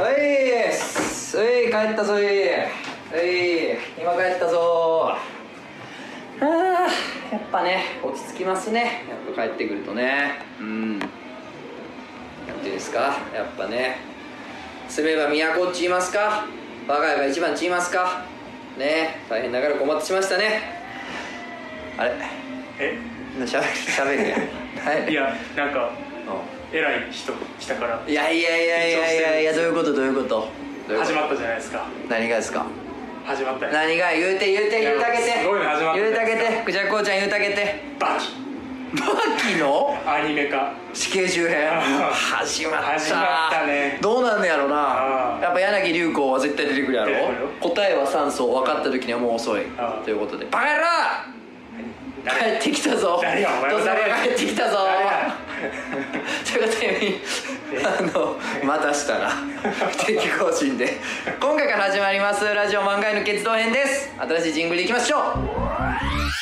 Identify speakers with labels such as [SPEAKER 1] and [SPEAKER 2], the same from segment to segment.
[SPEAKER 1] おいっすおい帰ったぞおいおい今帰ったぞあーやっぱね落ち着きますねやっぱ帰ってくるとねうんなんていうんですかやっぱね住めば都っち言いますか我が家が一番っち言いますかね大変ながら困ってしましたねあれ
[SPEAKER 2] え
[SPEAKER 1] なしゃべしゃべるやんはい
[SPEAKER 2] やなんか
[SPEAKER 1] う
[SPEAKER 2] 偉い人来たから
[SPEAKER 1] んいやいやいやいやいやいやどういうことどういうことどういうこと
[SPEAKER 2] 始まったじゃないですか
[SPEAKER 1] 何がですか
[SPEAKER 2] 始まったよ
[SPEAKER 1] 何が言うて言うて言うたげて
[SPEAKER 2] すごいの始まった
[SPEAKER 1] 言うたげてクジャコウちゃん言うたげて
[SPEAKER 2] バキ
[SPEAKER 1] バキの
[SPEAKER 2] アニメ化
[SPEAKER 1] 死刑囚編
[SPEAKER 2] あー
[SPEAKER 1] 始まった
[SPEAKER 2] 始まったね
[SPEAKER 1] どうなんのやろな
[SPEAKER 2] あー
[SPEAKER 1] やっぱ柳流行は絶対出てくるや
[SPEAKER 2] 出てくる
[SPEAKER 1] ろ
[SPEAKER 2] よ
[SPEAKER 1] 答えは3層分かった時にはもう遅い
[SPEAKER 2] あー
[SPEAKER 1] ということでバカ野郎帰ってきたぞ
[SPEAKER 2] 誰やお前
[SPEAKER 1] 父さんが
[SPEAKER 2] 誰
[SPEAKER 1] 帰ってきたぞ
[SPEAKER 2] 誰や
[SPEAKER 1] という ことであのまたしたら不定期更新で今回から始まりますラジオ漫画への決闘編です新しいジングルいきましょう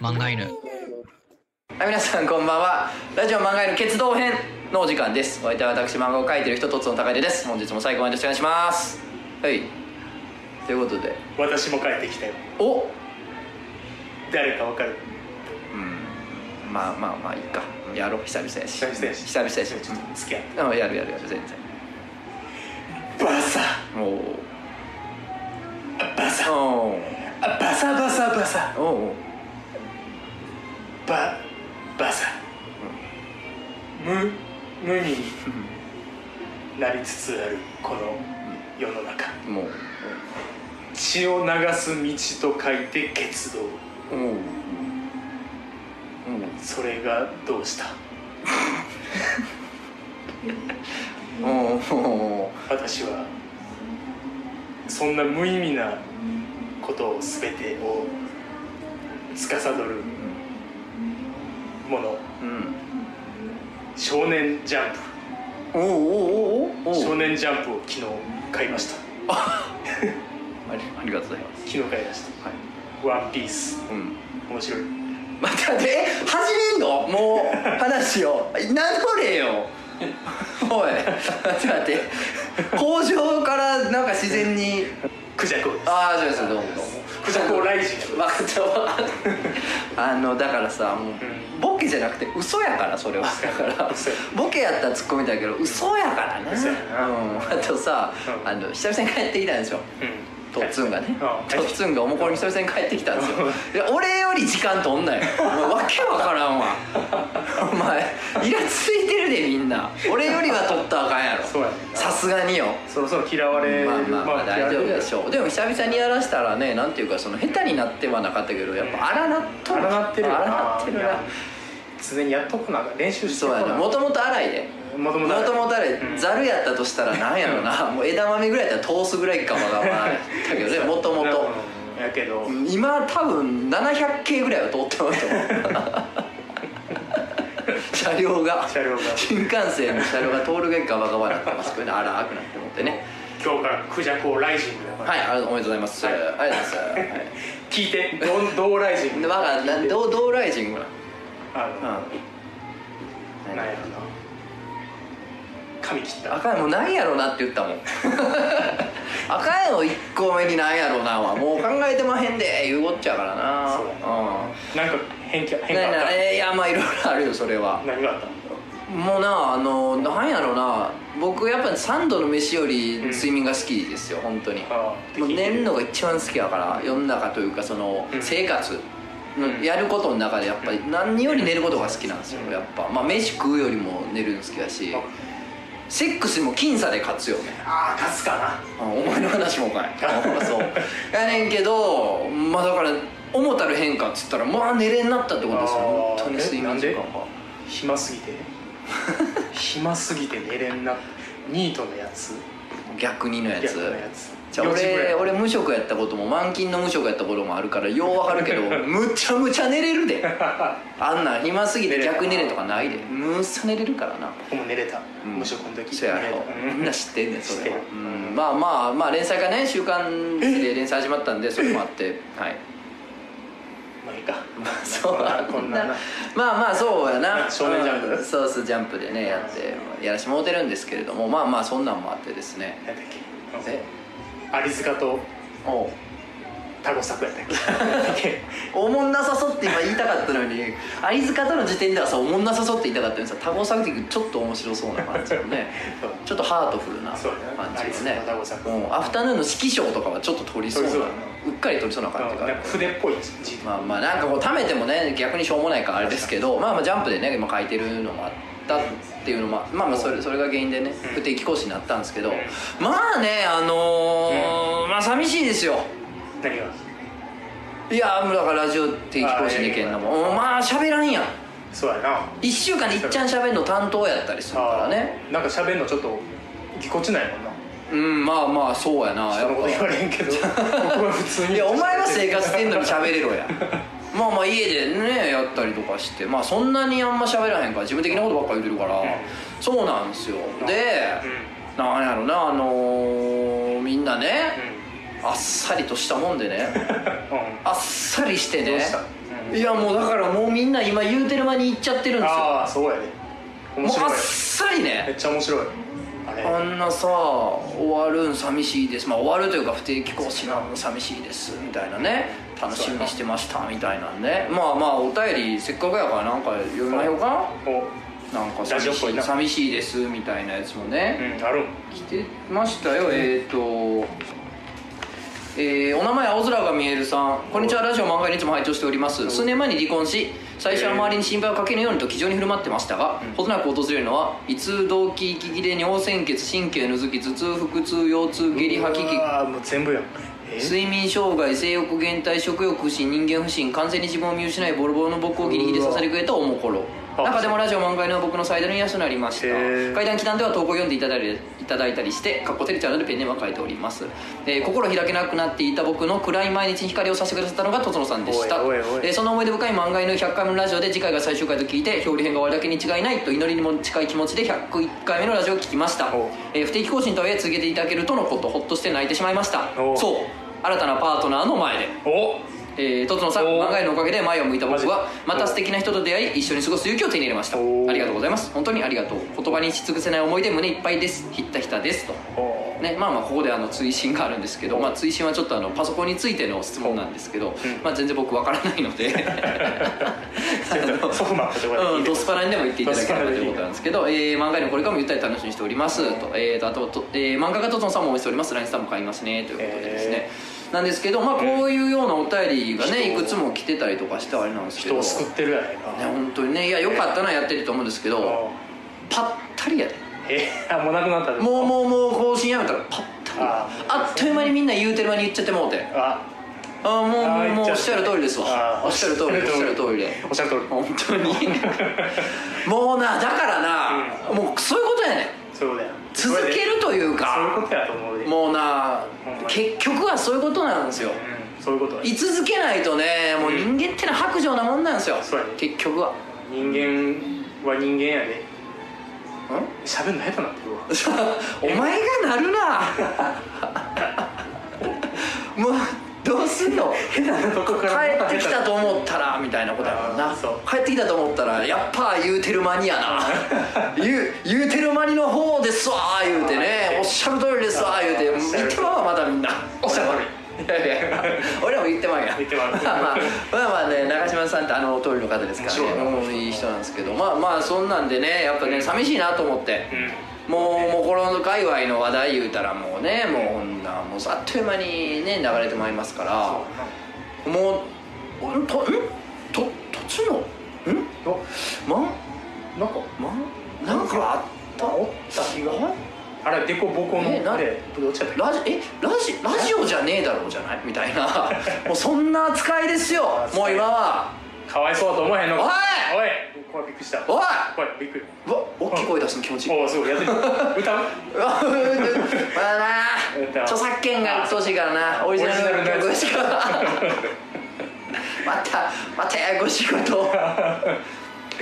[SPEAKER 3] 漫画犬
[SPEAKER 1] はい、皆さんこんばんはラジオ漫画への決闘編のお時間ですお相手は私漫画を描いてる人とつの高出です本日も最後までよろしくお願いしますはいということで
[SPEAKER 2] 私も帰ってきたよ
[SPEAKER 1] お
[SPEAKER 2] 誰かわかる
[SPEAKER 1] まあまあまあいいかやろう久々やし
[SPEAKER 2] 久々やし
[SPEAKER 1] 久々やし
[SPEAKER 2] ちょっと付き合っ
[SPEAKER 1] うんうんやるやるやる全然
[SPEAKER 2] てバサ
[SPEAKER 1] もう
[SPEAKER 2] バサ
[SPEAKER 1] お
[SPEAKER 2] あバサバサバサ
[SPEAKER 1] おおう
[SPEAKER 2] ババサ無無になりつつあるこの世の中
[SPEAKER 1] もう
[SPEAKER 2] 血を流す道と書いて血道
[SPEAKER 1] おうおう
[SPEAKER 2] それがどうした
[SPEAKER 1] おうおう
[SPEAKER 2] 私はそんな無意味なことを全てを司るもの
[SPEAKER 1] うん
[SPEAKER 2] 少年ジャン
[SPEAKER 1] おうおうおうおうお
[SPEAKER 2] プ
[SPEAKER 1] う
[SPEAKER 2] 少年ジャンプを昨日買いました
[SPEAKER 1] ありありがとうございます
[SPEAKER 2] 昨日買いまし
[SPEAKER 1] はい
[SPEAKER 2] たワンピース
[SPEAKER 1] うん
[SPEAKER 2] 面白い
[SPEAKER 1] 待って待ってえ始めんのもう話を名乗れよおい待って待って工場からなんか自然に
[SPEAKER 2] クジャクです
[SPEAKER 1] ああそうですどうもどうも
[SPEAKER 2] クジャクをライジン
[SPEAKER 1] 分かったわかったあのだからさもう、
[SPEAKER 2] ん
[SPEAKER 1] ボケじゃなくて嘘やからそれはだから
[SPEAKER 2] 嘘や
[SPEAKER 1] ボケやったらツッコミだけど嘘やからね
[SPEAKER 2] 嘘やな
[SPEAKER 1] うん、あとさ、
[SPEAKER 2] うん
[SPEAKER 1] あの久々に帰ってきたんですよ
[SPEAKER 2] うん
[SPEAKER 1] とっつんがね
[SPEAKER 2] うん
[SPEAKER 1] とっつんがおもころに久々に帰ってきたんですよで俺より時間とんないわけわからんわお前イラついてるでみんな俺よりは取ったらあかんやろ
[SPEAKER 2] そうやね
[SPEAKER 1] さすがによ
[SPEAKER 2] そろそろ嫌われる
[SPEAKER 1] まあまあまあ大丈夫でし
[SPEAKER 2] ょ
[SPEAKER 1] ょうでも久々にやらしたらねなんていうかその下手になってはなかったけどやっぱ荒なっとる
[SPEAKER 2] 荒なってるよな
[SPEAKER 1] 荒なってる
[SPEAKER 2] い
[SPEAKER 1] な
[SPEAKER 2] や常にやっとくな練習して
[SPEAKER 1] そ
[SPEAKER 2] こ
[SPEAKER 1] うやな
[SPEAKER 2] な
[SPEAKER 1] もともと荒いで
[SPEAKER 2] もと
[SPEAKER 1] も
[SPEAKER 2] も
[SPEAKER 1] ともとあれ
[SPEAKER 2] うん
[SPEAKER 1] ざるやったとしたらなんやろ なもう枝豆ぐらいやったら通すぐらいかもがまあだけどねもともと
[SPEAKER 2] うんやけど
[SPEAKER 1] 今多分700系ぐらいは通ってますと思 う車両が
[SPEAKER 2] 車両が
[SPEAKER 1] 新幹線の車両が通るべきかバカバカなってますけどね荒くなって思ってね
[SPEAKER 2] 今日からクジャクをライジングだから
[SPEAKER 1] はいありがとうおめでとうございます、
[SPEAKER 2] はい
[SPEAKER 1] ありがとうございます、はい
[SPEAKER 2] 聞いてどんどうライジン
[SPEAKER 1] で
[SPEAKER 2] グ
[SPEAKER 1] わかんないどうどうライジングな
[SPEAKER 2] あの
[SPEAKER 1] ん
[SPEAKER 2] なんやろな髪切った
[SPEAKER 1] 赤いもうなんやろなって言った もん赤いの1個目になんやろなはもう考えてまへんで言うこっちゃからな
[SPEAKER 2] そう
[SPEAKER 1] う
[SPEAKER 2] なんか変化
[SPEAKER 1] ん
[SPEAKER 2] 変
[SPEAKER 1] ない
[SPEAKER 2] 化あっ
[SPEAKER 1] ないえいやまあいろいろあるよそれは
[SPEAKER 2] た何があった
[SPEAKER 1] もうなあのなんやろな僕やっぱ3度の飯より睡眠が好きですよ、本当に
[SPEAKER 2] ああ
[SPEAKER 1] もう寝るのが一番好きやから世の中というかその
[SPEAKER 2] うん
[SPEAKER 1] 生活
[SPEAKER 2] う
[SPEAKER 1] の
[SPEAKER 2] ん
[SPEAKER 1] やることの中でやっぱり何より寝ることが好きなんです
[SPEAKER 2] う
[SPEAKER 1] よ
[SPEAKER 2] ん
[SPEAKER 1] やっぱまあ飯食うよりも寝るの好きだしセックスにも僅差で勝つよね
[SPEAKER 2] ああ勝つかな
[SPEAKER 1] あお前の話もかい あそうやねんけどまあだから重たる変化っつったらまあ寝れになったってことですよ
[SPEAKER 2] あー
[SPEAKER 1] 本当に睡
[SPEAKER 2] えな
[SPEAKER 1] 眠
[SPEAKER 2] ん
[SPEAKER 1] 時
[SPEAKER 2] で
[SPEAKER 1] 間が
[SPEAKER 2] 暇す ぎて暇すぎて寝れんなニートのやつ
[SPEAKER 1] 逆にのやつ
[SPEAKER 2] 逆のやつ
[SPEAKER 1] じゃあ
[SPEAKER 2] 四時ぐらい
[SPEAKER 1] 俺俺無職やったことも満勤の無職やったこともあるからようわか るけどむちゃむちゃ寝れるであんなん暇すぎて逆寝れとかないでむっさ寝れるからな
[SPEAKER 2] 僕も寝れた、
[SPEAKER 1] うん
[SPEAKER 2] 無職の時
[SPEAKER 1] そうやろ
[SPEAKER 2] 寝れた
[SPEAKER 1] みんな知ってんねんそれは
[SPEAKER 2] 知って
[SPEAKER 1] う
[SPEAKER 2] る
[SPEAKER 1] んまあまあまあ連載がね週刊で連載始まったんでそれもあってはい
[SPEAKER 2] まあいいか
[SPEAKER 1] ま あそう
[SPEAKER 2] こ んなな
[SPEAKER 1] まあまあそうやな
[SPEAKER 2] うん少年ジャンプ
[SPEAKER 1] うんそうそうジャンプでねやってやらしてもうてるんですけれどもまあまあそんなんもあってですね
[SPEAKER 2] なんだっけ
[SPEAKER 1] え
[SPEAKER 2] 有塚と
[SPEAKER 1] おう
[SPEAKER 2] タゴ作やった っけなんだっけ
[SPEAKER 1] おもんなさそうって今言いたかったのに有塚との時点ではさおもんなさそうって言いたかったのにさ多忙作品ちょっと面白そうな感じの ね
[SPEAKER 2] そう
[SPEAKER 1] ちょっとハートフルな感
[SPEAKER 2] そうやな有
[SPEAKER 1] じ
[SPEAKER 2] 塚
[SPEAKER 1] の
[SPEAKER 2] と
[SPEAKER 1] ね
[SPEAKER 2] タゴ作
[SPEAKER 1] うんアフタヌーンの指揮賞とかはちょっと取りそうな
[SPEAKER 2] 取りそう
[SPEAKER 1] うっかり取りそうな感じがあ
[SPEAKER 2] な
[SPEAKER 1] る
[SPEAKER 2] んか筆っぽい字
[SPEAKER 1] まあまあなんかこう貯めてもね逆にしょうもないからあれですけどまあまあジャンプでね今書いてるのもあったっていうのもまあまあそれそれが原因でね不定期更新になったんですけど
[SPEAKER 2] うん
[SPEAKER 1] まあねあのーまあ寂しいですよ
[SPEAKER 2] 何が
[SPEAKER 1] いやもうだからラジオ定期更新でいけんのもうんまあ喋らんやん
[SPEAKER 2] そうやな
[SPEAKER 1] 1週間でいっちゃん喋んの担当やったりするからね
[SPEAKER 2] あーなんか喋んのちょっとぎこちないもんな
[SPEAKER 1] うんまあまあそうやなや
[SPEAKER 2] 人
[SPEAKER 1] っ
[SPEAKER 2] のこと言われ んけど僕は普通に
[SPEAKER 1] いやお前は生活してんのに喋れろや
[SPEAKER 2] う
[SPEAKER 1] まあまあ家でねやったりとかしてまあそんなにあんま喋らへんから自分的なことばっかり言ってるから、
[SPEAKER 2] うん
[SPEAKER 1] そうなんですよ
[SPEAKER 2] ん
[SPEAKER 1] で、なんやろなあのーみんなね、あっさりとしたもんでね
[SPEAKER 2] んうん
[SPEAKER 1] あっさりして
[SPEAKER 2] ど
[SPEAKER 1] ね
[SPEAKER 2] うしたうん
[SPEAKER 1] いやもうだからもうみんな今言うてる間に行っちゃってるんですよ
[SPEAKER 2] ああそうやね面
[SPEAKER 1] もう
[SPEAKER 2] 白
[SPEAKER 1] あ
[SPEAKER 2] い
[SPEAKER 1] っさりね
[SPEAKER 2] めっちゃ面白いあれ
[SPEAKER 1] あんなさ終わるん寂しいですまあ終わるというか不定期更新なの寂しいですみたいなね楽しみにしてましたみたいなんねまあまあお便りせっかくやからなんか読みましょうか
[SPEAKER 2] お
[SPEAKER 1] なんか
[SPEAKER 2] ラジ
[SPEAKER 1] 寂
[SPEAKER 2] オっぽ
[SPEAKER 1] し
[SPEAKER 2] い
[SPEAKER 1] い
[SPEAKER 2] な
[SPEAKER 1] 寂しいですみたいなやつも
[SPEAKER 2] う
[SPEAKER 1] ね、
[SPEAKER 2] んあるん
[SPEAKER 1] 来てましたよえっ、とえーお名前青空が見えるさんこんにちはラジオ漫画にいつも拝聴しております数年前に離婚し最初は周りに心配をかけぬようにと気丈に振る舞ってましたが
[SPEAKER 2] うん
[SPEAKER 1] ほどなく訪れるのは胃痛動悸息切れ尿鮮血神経のずき頭痛腹痛腰痛下痢吐き気
[SPEAKER 2] ああもう全部やんえ
[SPEAKER 1] 睡眠障害性欲減退食欲不振人間不信完全に自分を見失いボロボロの僕をギリギリさせてくれたおもころ
[SPEAKER 2] あ
[SPEAKER 1] 中でもラジオ満開の僕の最大の癒しとなりました
[SPEAKER 2] へー
[SPEAKER 1] 階段祈願では投稿を読んでいただいたりいただいたりしてかっこてりちゃんなどでペンネームを書いております、えー心開けなくなっていた僕の暗い毎日に光をさせてくださったのがとつのさんでした
[SPEAKER 2] おいおいおい
[SPEAKER 1] えーその思い出深い漫画犬100回目のラジオで次回が最終回と聞いて表裏編が終わるだけに違いないと祈りにも近い気持ちで101回目のラジオを聞きました
[SPEAKER 2] おう、
[SPEAKER 1] えー不定期更新とはいえ告げていただけるとのことほっとして泣いてしまいました
[SPEAKER 2] おう
[SPEAKER 1] そう新たなパートナーの前で
[SPEAKER 2] お
[SPEAKER 1] えー、とつのさん
[SPEAKER 2] おー
[SPEAKER 1] 漫画へのおかげで前を向いた僕は
[SPEAKER 2] マジ
[SPEAKER 1] また素敵な人と出会い一緒に過ごす勇気を手に入れました
[SPEAKER 2] おー
[SPEAKER 1] ありがとうございます本当にありがとう言葉にし尽くせない思い出胸いっぱいですひったひたですと
[SPEAKER 2] お
[SPEAKER 1] ねまあまあここであの追伸があるんですけど、まあ、追伸はちょっとあのパソコンについての質問なんですけど、まあ、全然僕わからないので
[SPEAKER 2] ちょっとソフマンのところで聞いてください
[SPEAKER 1] うんドスパラにでも言っていただければということなんですけど、えー、漫画にもこれからもゆったり楽しみにしておりますと,、えー、とあとと、えー漫画家とともさんも応援しております LINE さんも買いますねということでですね、なんですけど、まあ、こういうようなお便りがねい
[SPEAKER 2] 人を
[SPEAKER 1] くつも来てたりとかしてあれなんですけ
[SPEAKER 2] 人
[SPEAKER 1] ど
[SPEAKER 2] を救ってるやないか
[SPEAKER 1] ね本当にねいやよかったなやってると思うんですけど
[SPEAKER 2] お
[SPEAKER 1] パッタリやで
[SPEAKER 2] えあもうなくなったで
[SPEAKER 1] もうもうもう更新やめたらパッタリ
[SPEAKER 2] あ
[SPEAKER 1] あっという間にみんな言うてる間に言っちゃってもうて
[SPEAKER 2] あ
[SPEAKER 1] あーもう
[SPEAKER 2] あ
[SPEAKER 1] も
[SPEAKER 2] ー
[SPEAKER 1] うもう
[SPEAKER 2] 言
[SPEAKER 1] お
[SPEAKER 2] っ
[SPEAKER 1] っ
[SPEAKER 2] ち
[SPEAKER 1] し
[SPEAKER 2] ゃ
[SPEAKER 1] ゃ
[SPEAKER 2] った
[SPEAKER 1] る通りです
[SPEAKER 2] あ
[SPEAKER 1] わ
[SPEAKER 2] ー
[SPEAKER 1] おっしゃる 通りおっしゃる通りで
[SPEAKER 2] おっしゃる通り
[SPEAKER 1] 本当に もうなだからな、
[SPEAKER 2] うん
[SPEAKER 1] もうそういうことやねん
[SPEAKER 2] そういうことや
[SPEAKER 1] 続けるという
[SPEAKER 2] そういう
[SPEAKER 1] か
[SPEAKER 2] ことやと思うで
[SPEAKER 1] もうな
[SPEAKER 2] ほんまに
[SPEAKER 1] 結局はそういうことなんですよ
[SPEAKER 2] うんそういうことや
[SPEAKER 1] 居続けないとねもう人間ってのは白状なもんなんですよ、
[SPEAKER 2] そうやね
[SPEAKER 1] 結局は
[SPEAKER 2] 人間は人間やで
[SPEAKER 1] うん
[SPEAKER 2] 喋んの下手なってるわ
[SPEAKER 1] お前がなる なもうどうすん の
[SPEAKER 2] 下手なとこ
[SPEAKER 1] 帰
[SPEAKER 2] から
[SPEAKER 1] ってきたと思ったらみたいなことやもん
[SPEAKER 2] あ
[SPEAKER 1] な
[SPEAKER 2] ーそう
[SPEAKER 1] 帰ってきたと思ったらやっぱ言うてる間にや な言う言うてる間にの方ですわー言うてね
[SPEAKER 2] あー
[SPEAKER 1] おっしゃる通りですわー言う
[SPEAKER 2] おっしゃ
[SPEAKER 1] て言
[SPEAKER 2] る
[SPEAKER 1] ってまうわまだみんな
[SPEAKER 2] おっしゃる通り
[SPEAKER 1] いやいや俺らも言ってまうやん
[SPEAKER 2] 言ってまう
[SPEAKER 1] まあまあまあまあね中島さんってあの通りの方ですからね
[SPEAKER 2] 面白いな
[SPEAKER 1] うんいい人なんですけどまあまあそんなんでねやっぱね寂しいなと思って
[SPEAKER 2] うん
[SPEAKER 1] もうもうこの界隈の話題言うたらもうねもうこんなもうあっという間にね流れてまいりますから
[SPEAKER 2] そうやな
[SPEAKER 1] もう、んと、んと、とつの、ん
[SPEAKER 2] お
[SPEAKER 1] ま、
[SPEAKER 2] なんか
[SPEAKER 1] ま、なんかあった
[SPEAKER 2] おった気があれデコボコの
[SPEAKER 1] ねな
[SPEAKER 2] あれどっちやったっ
[SPEAKER 1] ラジ、え、ラジ、ラジオじゃねえだろうじゃないみたいな。もうそんな扱いですよ、もう今は。
[SPEAKER 2] けかわいそうと思えへんのか
[SPEAKER 1] おい
[SPEAKER 2] おいほらびっくりした
[SPEAKER 1] お
[SPEAKER 2] ほ
[SPEAKER 1] い
[SPEAKER 2] らびっくり
[SPEAKER 1] うわ大きい声出しても気持ちいい
[SPEAKER 2] おおすごいや ってる歌う
[SPEAKER 1] うわまだな著作権がうっとうしいからなオリジナルの曲ですからまたまたややこしいこと を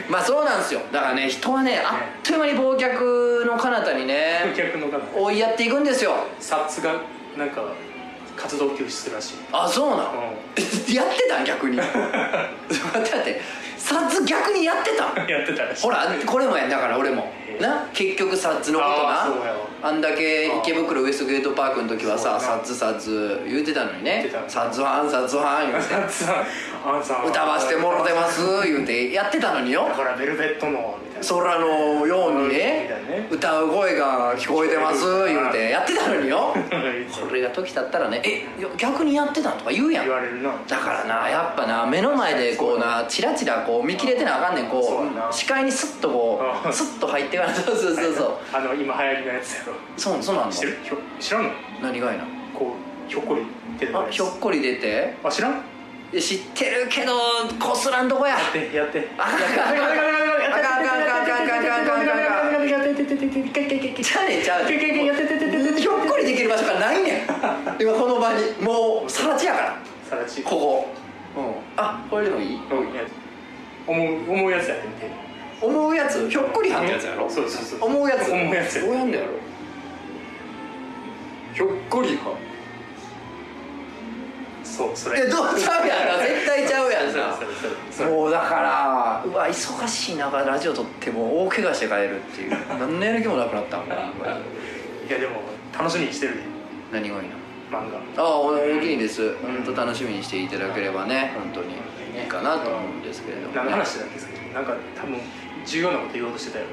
[SPEAKER 1] まあそうなんですよだからね人はねあっという間に忘却の彼方に
[SPEAKER 2] 顧
[SPEAKER 1] ね
[SPEAKER 2] 客の方
[SPEAKER 1] 追いやっていくんですよ
[SPEAKER 2] サッツがなんか活動休止するらしい
[SPEAKER 1] あそうなの、 やってたん逆 に待って待ってサッツ逆にやってたん
[SPEAKER 2] やってたらしい
[SPEAKER 1] ほらこれもやんだから俺も
[SPEAKER 2] へえ
[SPEAKER 1] な結局サッツのこ
[SPEAKER 2] あーそうやわ
[SPEAKER 1] となあんだけ池袋ウエストゲートパークの時はさ
[SPEAKER 2] そう
[SPEAKER 1] サ
[SPEAKER 2] や
[SPEAKER 1] ッ
[SPEAKER 2] な
[SPEAKER 1] ツサッツ言うてたのにね
[SPEAKER 2] 言ってた
[SPEAKER 1] サッツファンサッツファン言う
[SPEAKER 2] サッツさんアンさん
[SPEAKER 1] て歌わせてもろてます言うてやってたのによ
[SPEAKER 2] だからベルベットのみたいな
[SPEAKER 1] 空のようにね
[SPEAKER 2] そうみたいね
[SPEAKER 1] 歌う声が聞こえてます言うてやってたのによ
[SPEAKER 2] 言ってた
[SPEAKER 1] これが時経ったらね「えいや逆にやってたん?」とか言うやん
[SPEAKER 2] 言われるな
[SPEAKER 1] だからなやっぱな目の前でこうなチラチラこう見切れてなあかんねん
[SPEAKER 2] そ
[SPEAKER 1] こ
[SPEAKER 2] うやな
[SPEAKER 1] う視界にスッとこ
[SPEAKER 2] う
[SPEAKER 1] うんスッと入ってからそうそうそうそう
[SPEAKER 2] あの今流行りのやつやろ
[SPEAKER 1] そうそうなんの
[SPEAKER 2] 知ってるひょ知らんの
[SPEAKER 1] 何がいな
[SPEAKER 2] こうひょっこり出てくる
[SPEAKER 1] あ
[SPEAKER 2] やつ
[SPEAKER 1] ひょっこり出て
[SPEAKER 2] あ知らん
[SPEAKER 1] いや知ってるけどこすらんとこや
[SPEAKER 2] でやって
[SPEAKER 1] あかんあかんあかんあかんあかんあかんあかんあかんあかんあかんあかんちゃうねんちゃうねんひょっこりできる場所がないねん今この場にもうさらちやから
[SPEAKER 2] さらち
[SPEAKER 1] ここ、うん、あこれでもいい
[SPEAKER 2] うんや思う思うやつやってみて
[SPEAKER 1] 思うやつひょっこりはんってやつやろ
[SPEAKER 2] そうそうそう
[SPEAKER 1] 思うやつ
[SPEAKER 2] 思うやつ
[SPEAKER 1] どうやんだやろひょっこりは
[SPEAKER 2] そうそ
[SPEAKER 1] い
[SPEAKER 2] れ
[SPEAKER 1] やどうちゃうやんな絶対ちゃうやんな
[SPEAKER 2] それそれそれ
[SPEAKER 1] もうだからうわ忙しい中ラジオ撮っても大怪我して帰るっていう何のやる気もなくなったもん
[SPEAKER 2] いやでも楽しみにしてるで
[SPEAKER 1] 何がいいの
[SPEAKER 2] 漫画
[SPEAKER 1] ああおおおきにです本当楽しみにしていただければね本当にいいかなと思うんですけれども、
[SPEAKER 2] 何
[SPEAKER 1] ね
[SPEAKER 2] の、話だっけさっきなんか多分重要なこと言おうとしてたよ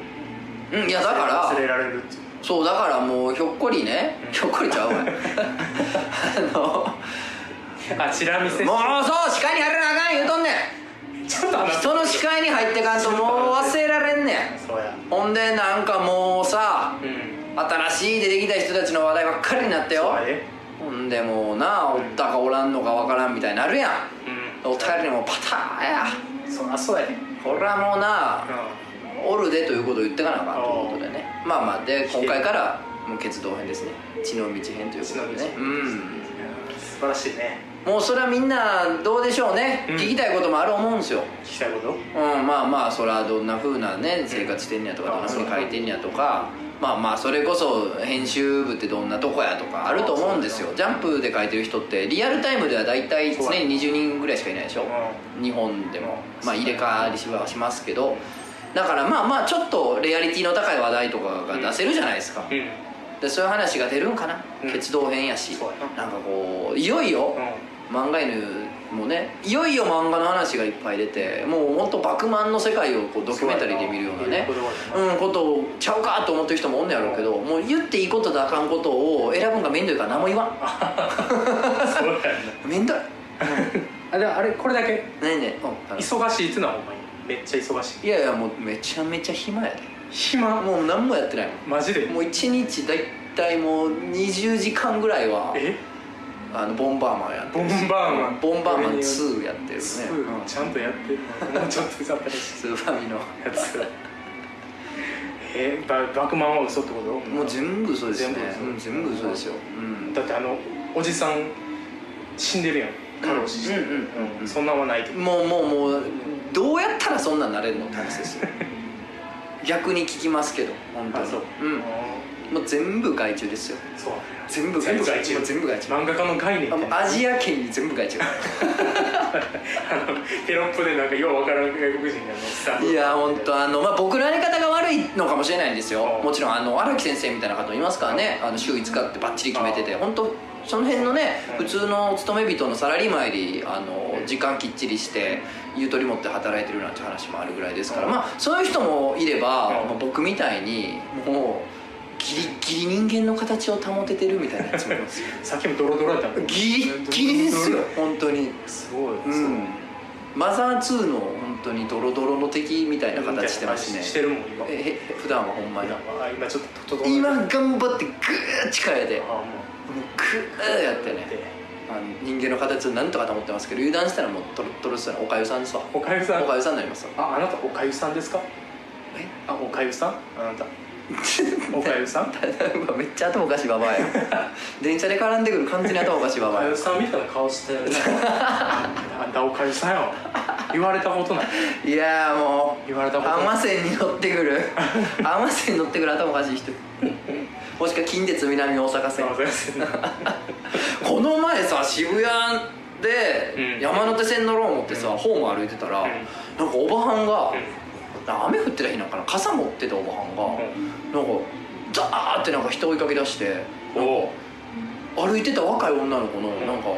[SPEAKER 1] うんいやだから
[SPEAKER 2] 忘れられるっていう
[SPEAKER 1] そうだからもうひょっこりね、
[SPEAKER 2] うん
[SPEAKER 1] ひょっこりちゃうわ あの
[SPEAKER 2] あチラ見せ
[SPEAKER 1] もうそう視界に入らなあかん言うとんね
[SPEAKER 2] ちょっと
[SPEAKER 1] ん
[SPEAKER 2] 話
[SPEAKER 1] 人の視界に入ってかんともう忘れられんね
[SPEAKER 2] そうや
[SPEAKER 1] んほんでなんかもうさ
[SPEAKER 2] うん
[SPEAKER 1] 新しい出てきた人たちの話題ばっかりになって
[SPEAKER 2] そう
[SPEAKER 1] よ
[SPEAKER 2] やで
[SPEAKER 1] ほんでもうなおったかおらんのかわからんみたいになるやんお便りにもパターや
[SPEAKER 2] うんそりゃそうやでうん
[SPEAKER 1] これはもうなおるでということを言ってかなあかんということでねまあまあで今回からもう決動編ですね血の道編ということでねうん
[SPEAKER 2] 素晴らしいね
[SPEAKER 1] もうそれはみんなどうでしょうね、
[SPEAKER 2] うん
[SPEAKER 1] 聞きたいこともある思うんですよ
[SPEAKER 2] 聞きたいこと
[SPEAKER 1] うんまあまあそれはどんなふうなね生活してんねやとか
[SPEAKER 2] あ
[SPEAKER 1] どんなふうに
[SPEAKER 2] そう
[SPEAKER 1] 書いてんねやとかまあまあそれこそ編集部ってどんなとこやとかあると思うんですよ
[SPEAKER 2] あ
[SPEAKER 1] ジャンプで書いてる人ってリアルタイムでは大体常に20人ぐらいしかいないでしょ日本でもまあ入れ替わりしはしますけどだからまあまあちょっとレアリティの高い話題とかが出せるじゃないですか、
[SPEAKER 2] うんうん
[SPEAKER 1] でそういう話が出るんかな、
[SPEAKER 2] うん
[SPEAKER 1] 決動編やし
[SPEAKER 2] そうや
[SPEAKER 1] なんかこういよいよ、漫画犬もねいよいよ漫画の話がいっぱい出てもうほんと「バクマン」の世界をこうドキュメンタリーで見るようなね
[SPEAKER 2] そうや
[SPEAKER 1] う
[SPEAKER 2] なん
[SPEAKER 1] ことをちゃうかと思ってる人もおんねやろうけどもう言っていいこととあかんことを選ぶんが面倒いから何も言わん
[SPEAKER 2] そうやな
[SPEAKER 1] 面倒い
[SPEAKER 2] あでもあれこれだけ
[SPEAKER 1] 何ねうんあの
[SPEAKER 2] 忙しいっていうのはほんまにめっちゃ忙しい
[SPEAKER 1] いやいやもうめちゃめちゃ暇やで
[SPEAKER 2] 暇
[SPEAKER 1] もう何もやってないも
[SPEAKER 2] マジで
[SPEAKER 1] んもう一日だいたいもう20時間ぐらいは
[SPEAKER 2] え
[SPEAKER 1] あのボンバーマンやって
[SPEAKER 2] ボ
[SPEAKER 1] る
[SPEAKER 2] ンバーマン
[SPEAKER 1] ボンバーマン2やってるね
[SPEAKER 2] す
[SPEAKER 1] うん
[SPEAKER 2] ちゃんとやってるもうちょっと新 し
[SPEAKER 1] スーファミの
[SPEAKER 2] いやつえババクマンは嘘ってこと
[SPEAKER 1] もう全部嘘ですね
[SPEAKER 2] 全部嘘
[SPEAKER 1] うん全部嘘ですようん
[SPEAKER 2] だってあのおじさん死んでるやん過労死して
[SPEAKER 1] うんうんうんうん
[SPEAKER 2] そんなんはないけど
[SPEAKER 1] もうもうもうどうやったらそんなんなれるのって話です よ逆に聞きますけど本当にん
[SPEAKER 2] あ
[SPEAKER 1] もう全部外注ですよ
[SPEAKER 2] ーそう
[SPEAKER 1] 全部
[SPEAKER 2] 全部外注
[SPEAKER 1] もう全部外注
[SPEAKER 2] 漫画家の概念
[SPEAKER 1] あもう
[SPEAKER 2] みたいな
[SPEAKER 1] ア ジア圏に全部外注
[SPEAKER 2] あのテロップでなんかようわからん外国人がのさ
[SPEAKER 1] いや本当あのまあ僕のやり方が悪いのかもしれないんですよ
[SPEAKER 2] うん
[SPEAKER 1] もちろんあの荒木先生みたいな方もいますからねあの週5日ってバッチリ決めてて本当その辺のね
[SPEAKER 2] う
[SPEAKER 1] 普
[SPEAKER 2] ん
[SPEAKER 1] 通の勤め人のサラリーマンよりあの
[SPEAKER 2] うん
[SPEAKER 1] 時間きっちりしてゆとり持って働いてるなんて話もあるぐらいですから
[SPEAKER 2] うん
[SPEAKER 1] まあそういう人もいれば
[SPEAKER 2] うん
[SPEAKER 1] まあ僕みたいにもうギリギリ人間の形を保ててるみたいなやつもいますよ
[SPEAKER 2] さっきも ドロドロやったもん
[SPEAKER 1] ギリギリですよ本当に
[SPEAKER 2] すごい
[SPEAKER 1] うんマザー2の本当にドロドロの敵みたいな形してますね
[SPEAKER 2] してるもん今
[SPEAKER 1] えへ普段はほんまに
[SPEAKER 2] あ今ちょっと整えて
[SPEAKER 1] 今頑張ってグー力でも
[SPEAKER 2] あも
[SPEAKER 1] うグーやってね
[SPEAKER 2] う
[SPEAKER 1] あの人間の形をなんとかと思ってますけど油断したらもうトロトロしたらおかゆさんですわ
[SPEAKER 2] おかゆさん
[SPEAKER 1] おかゆさんになりますわ
[SPEAKER 2] ああなたおかゆさんですか
[SPEAKER 1] え
[SPEAKER 2] あおかゆさんあな たおかゆさん
[SPEAKER 1] うわめっちゃ頭おかしいババアや電車で絡んでくる完全に頭おかしいバ
[SPEAKER 2] お
[SPEAKER 1] バア
[SPEAKER 2] か
[SPEAKER 1] や
[SPEAKER 2] ゆさんみたいな顔してるねあんたおかゆさんよ言われたことない
[SPEAKER 1] いやーもう
[SPEAKER 2] 言われたことない
[SPEAKER 1] 甘線に乗ってくる甘線に乗ってくる頭おかしい人もしくは近鉄南大阪
[SPEAKER 2] すい
[SPEAKER 1] 線
[SPEAKER 2] ません
[SPEAKER 1] この前さ渋谷で
[SPEAKER 2] うん
[SPEAKER 1] 山手線乗ろう思ってさ、ホーム歩いてたら、
[SPEAKER 2] うん
[SPEAKER 1] なんかおばはんが、
[SPEAKER 2] う
[SPEAKER 1] 雨降ってた日なんかな傘持ってたおばはんが、なんかザーってなんか人追いかけ出して
[SPEAKER 2] んおお
[SPEAKER 1] 歩いてた若い女の子の
[SPEAKER 2] ん
[SPEAKER 1] なんか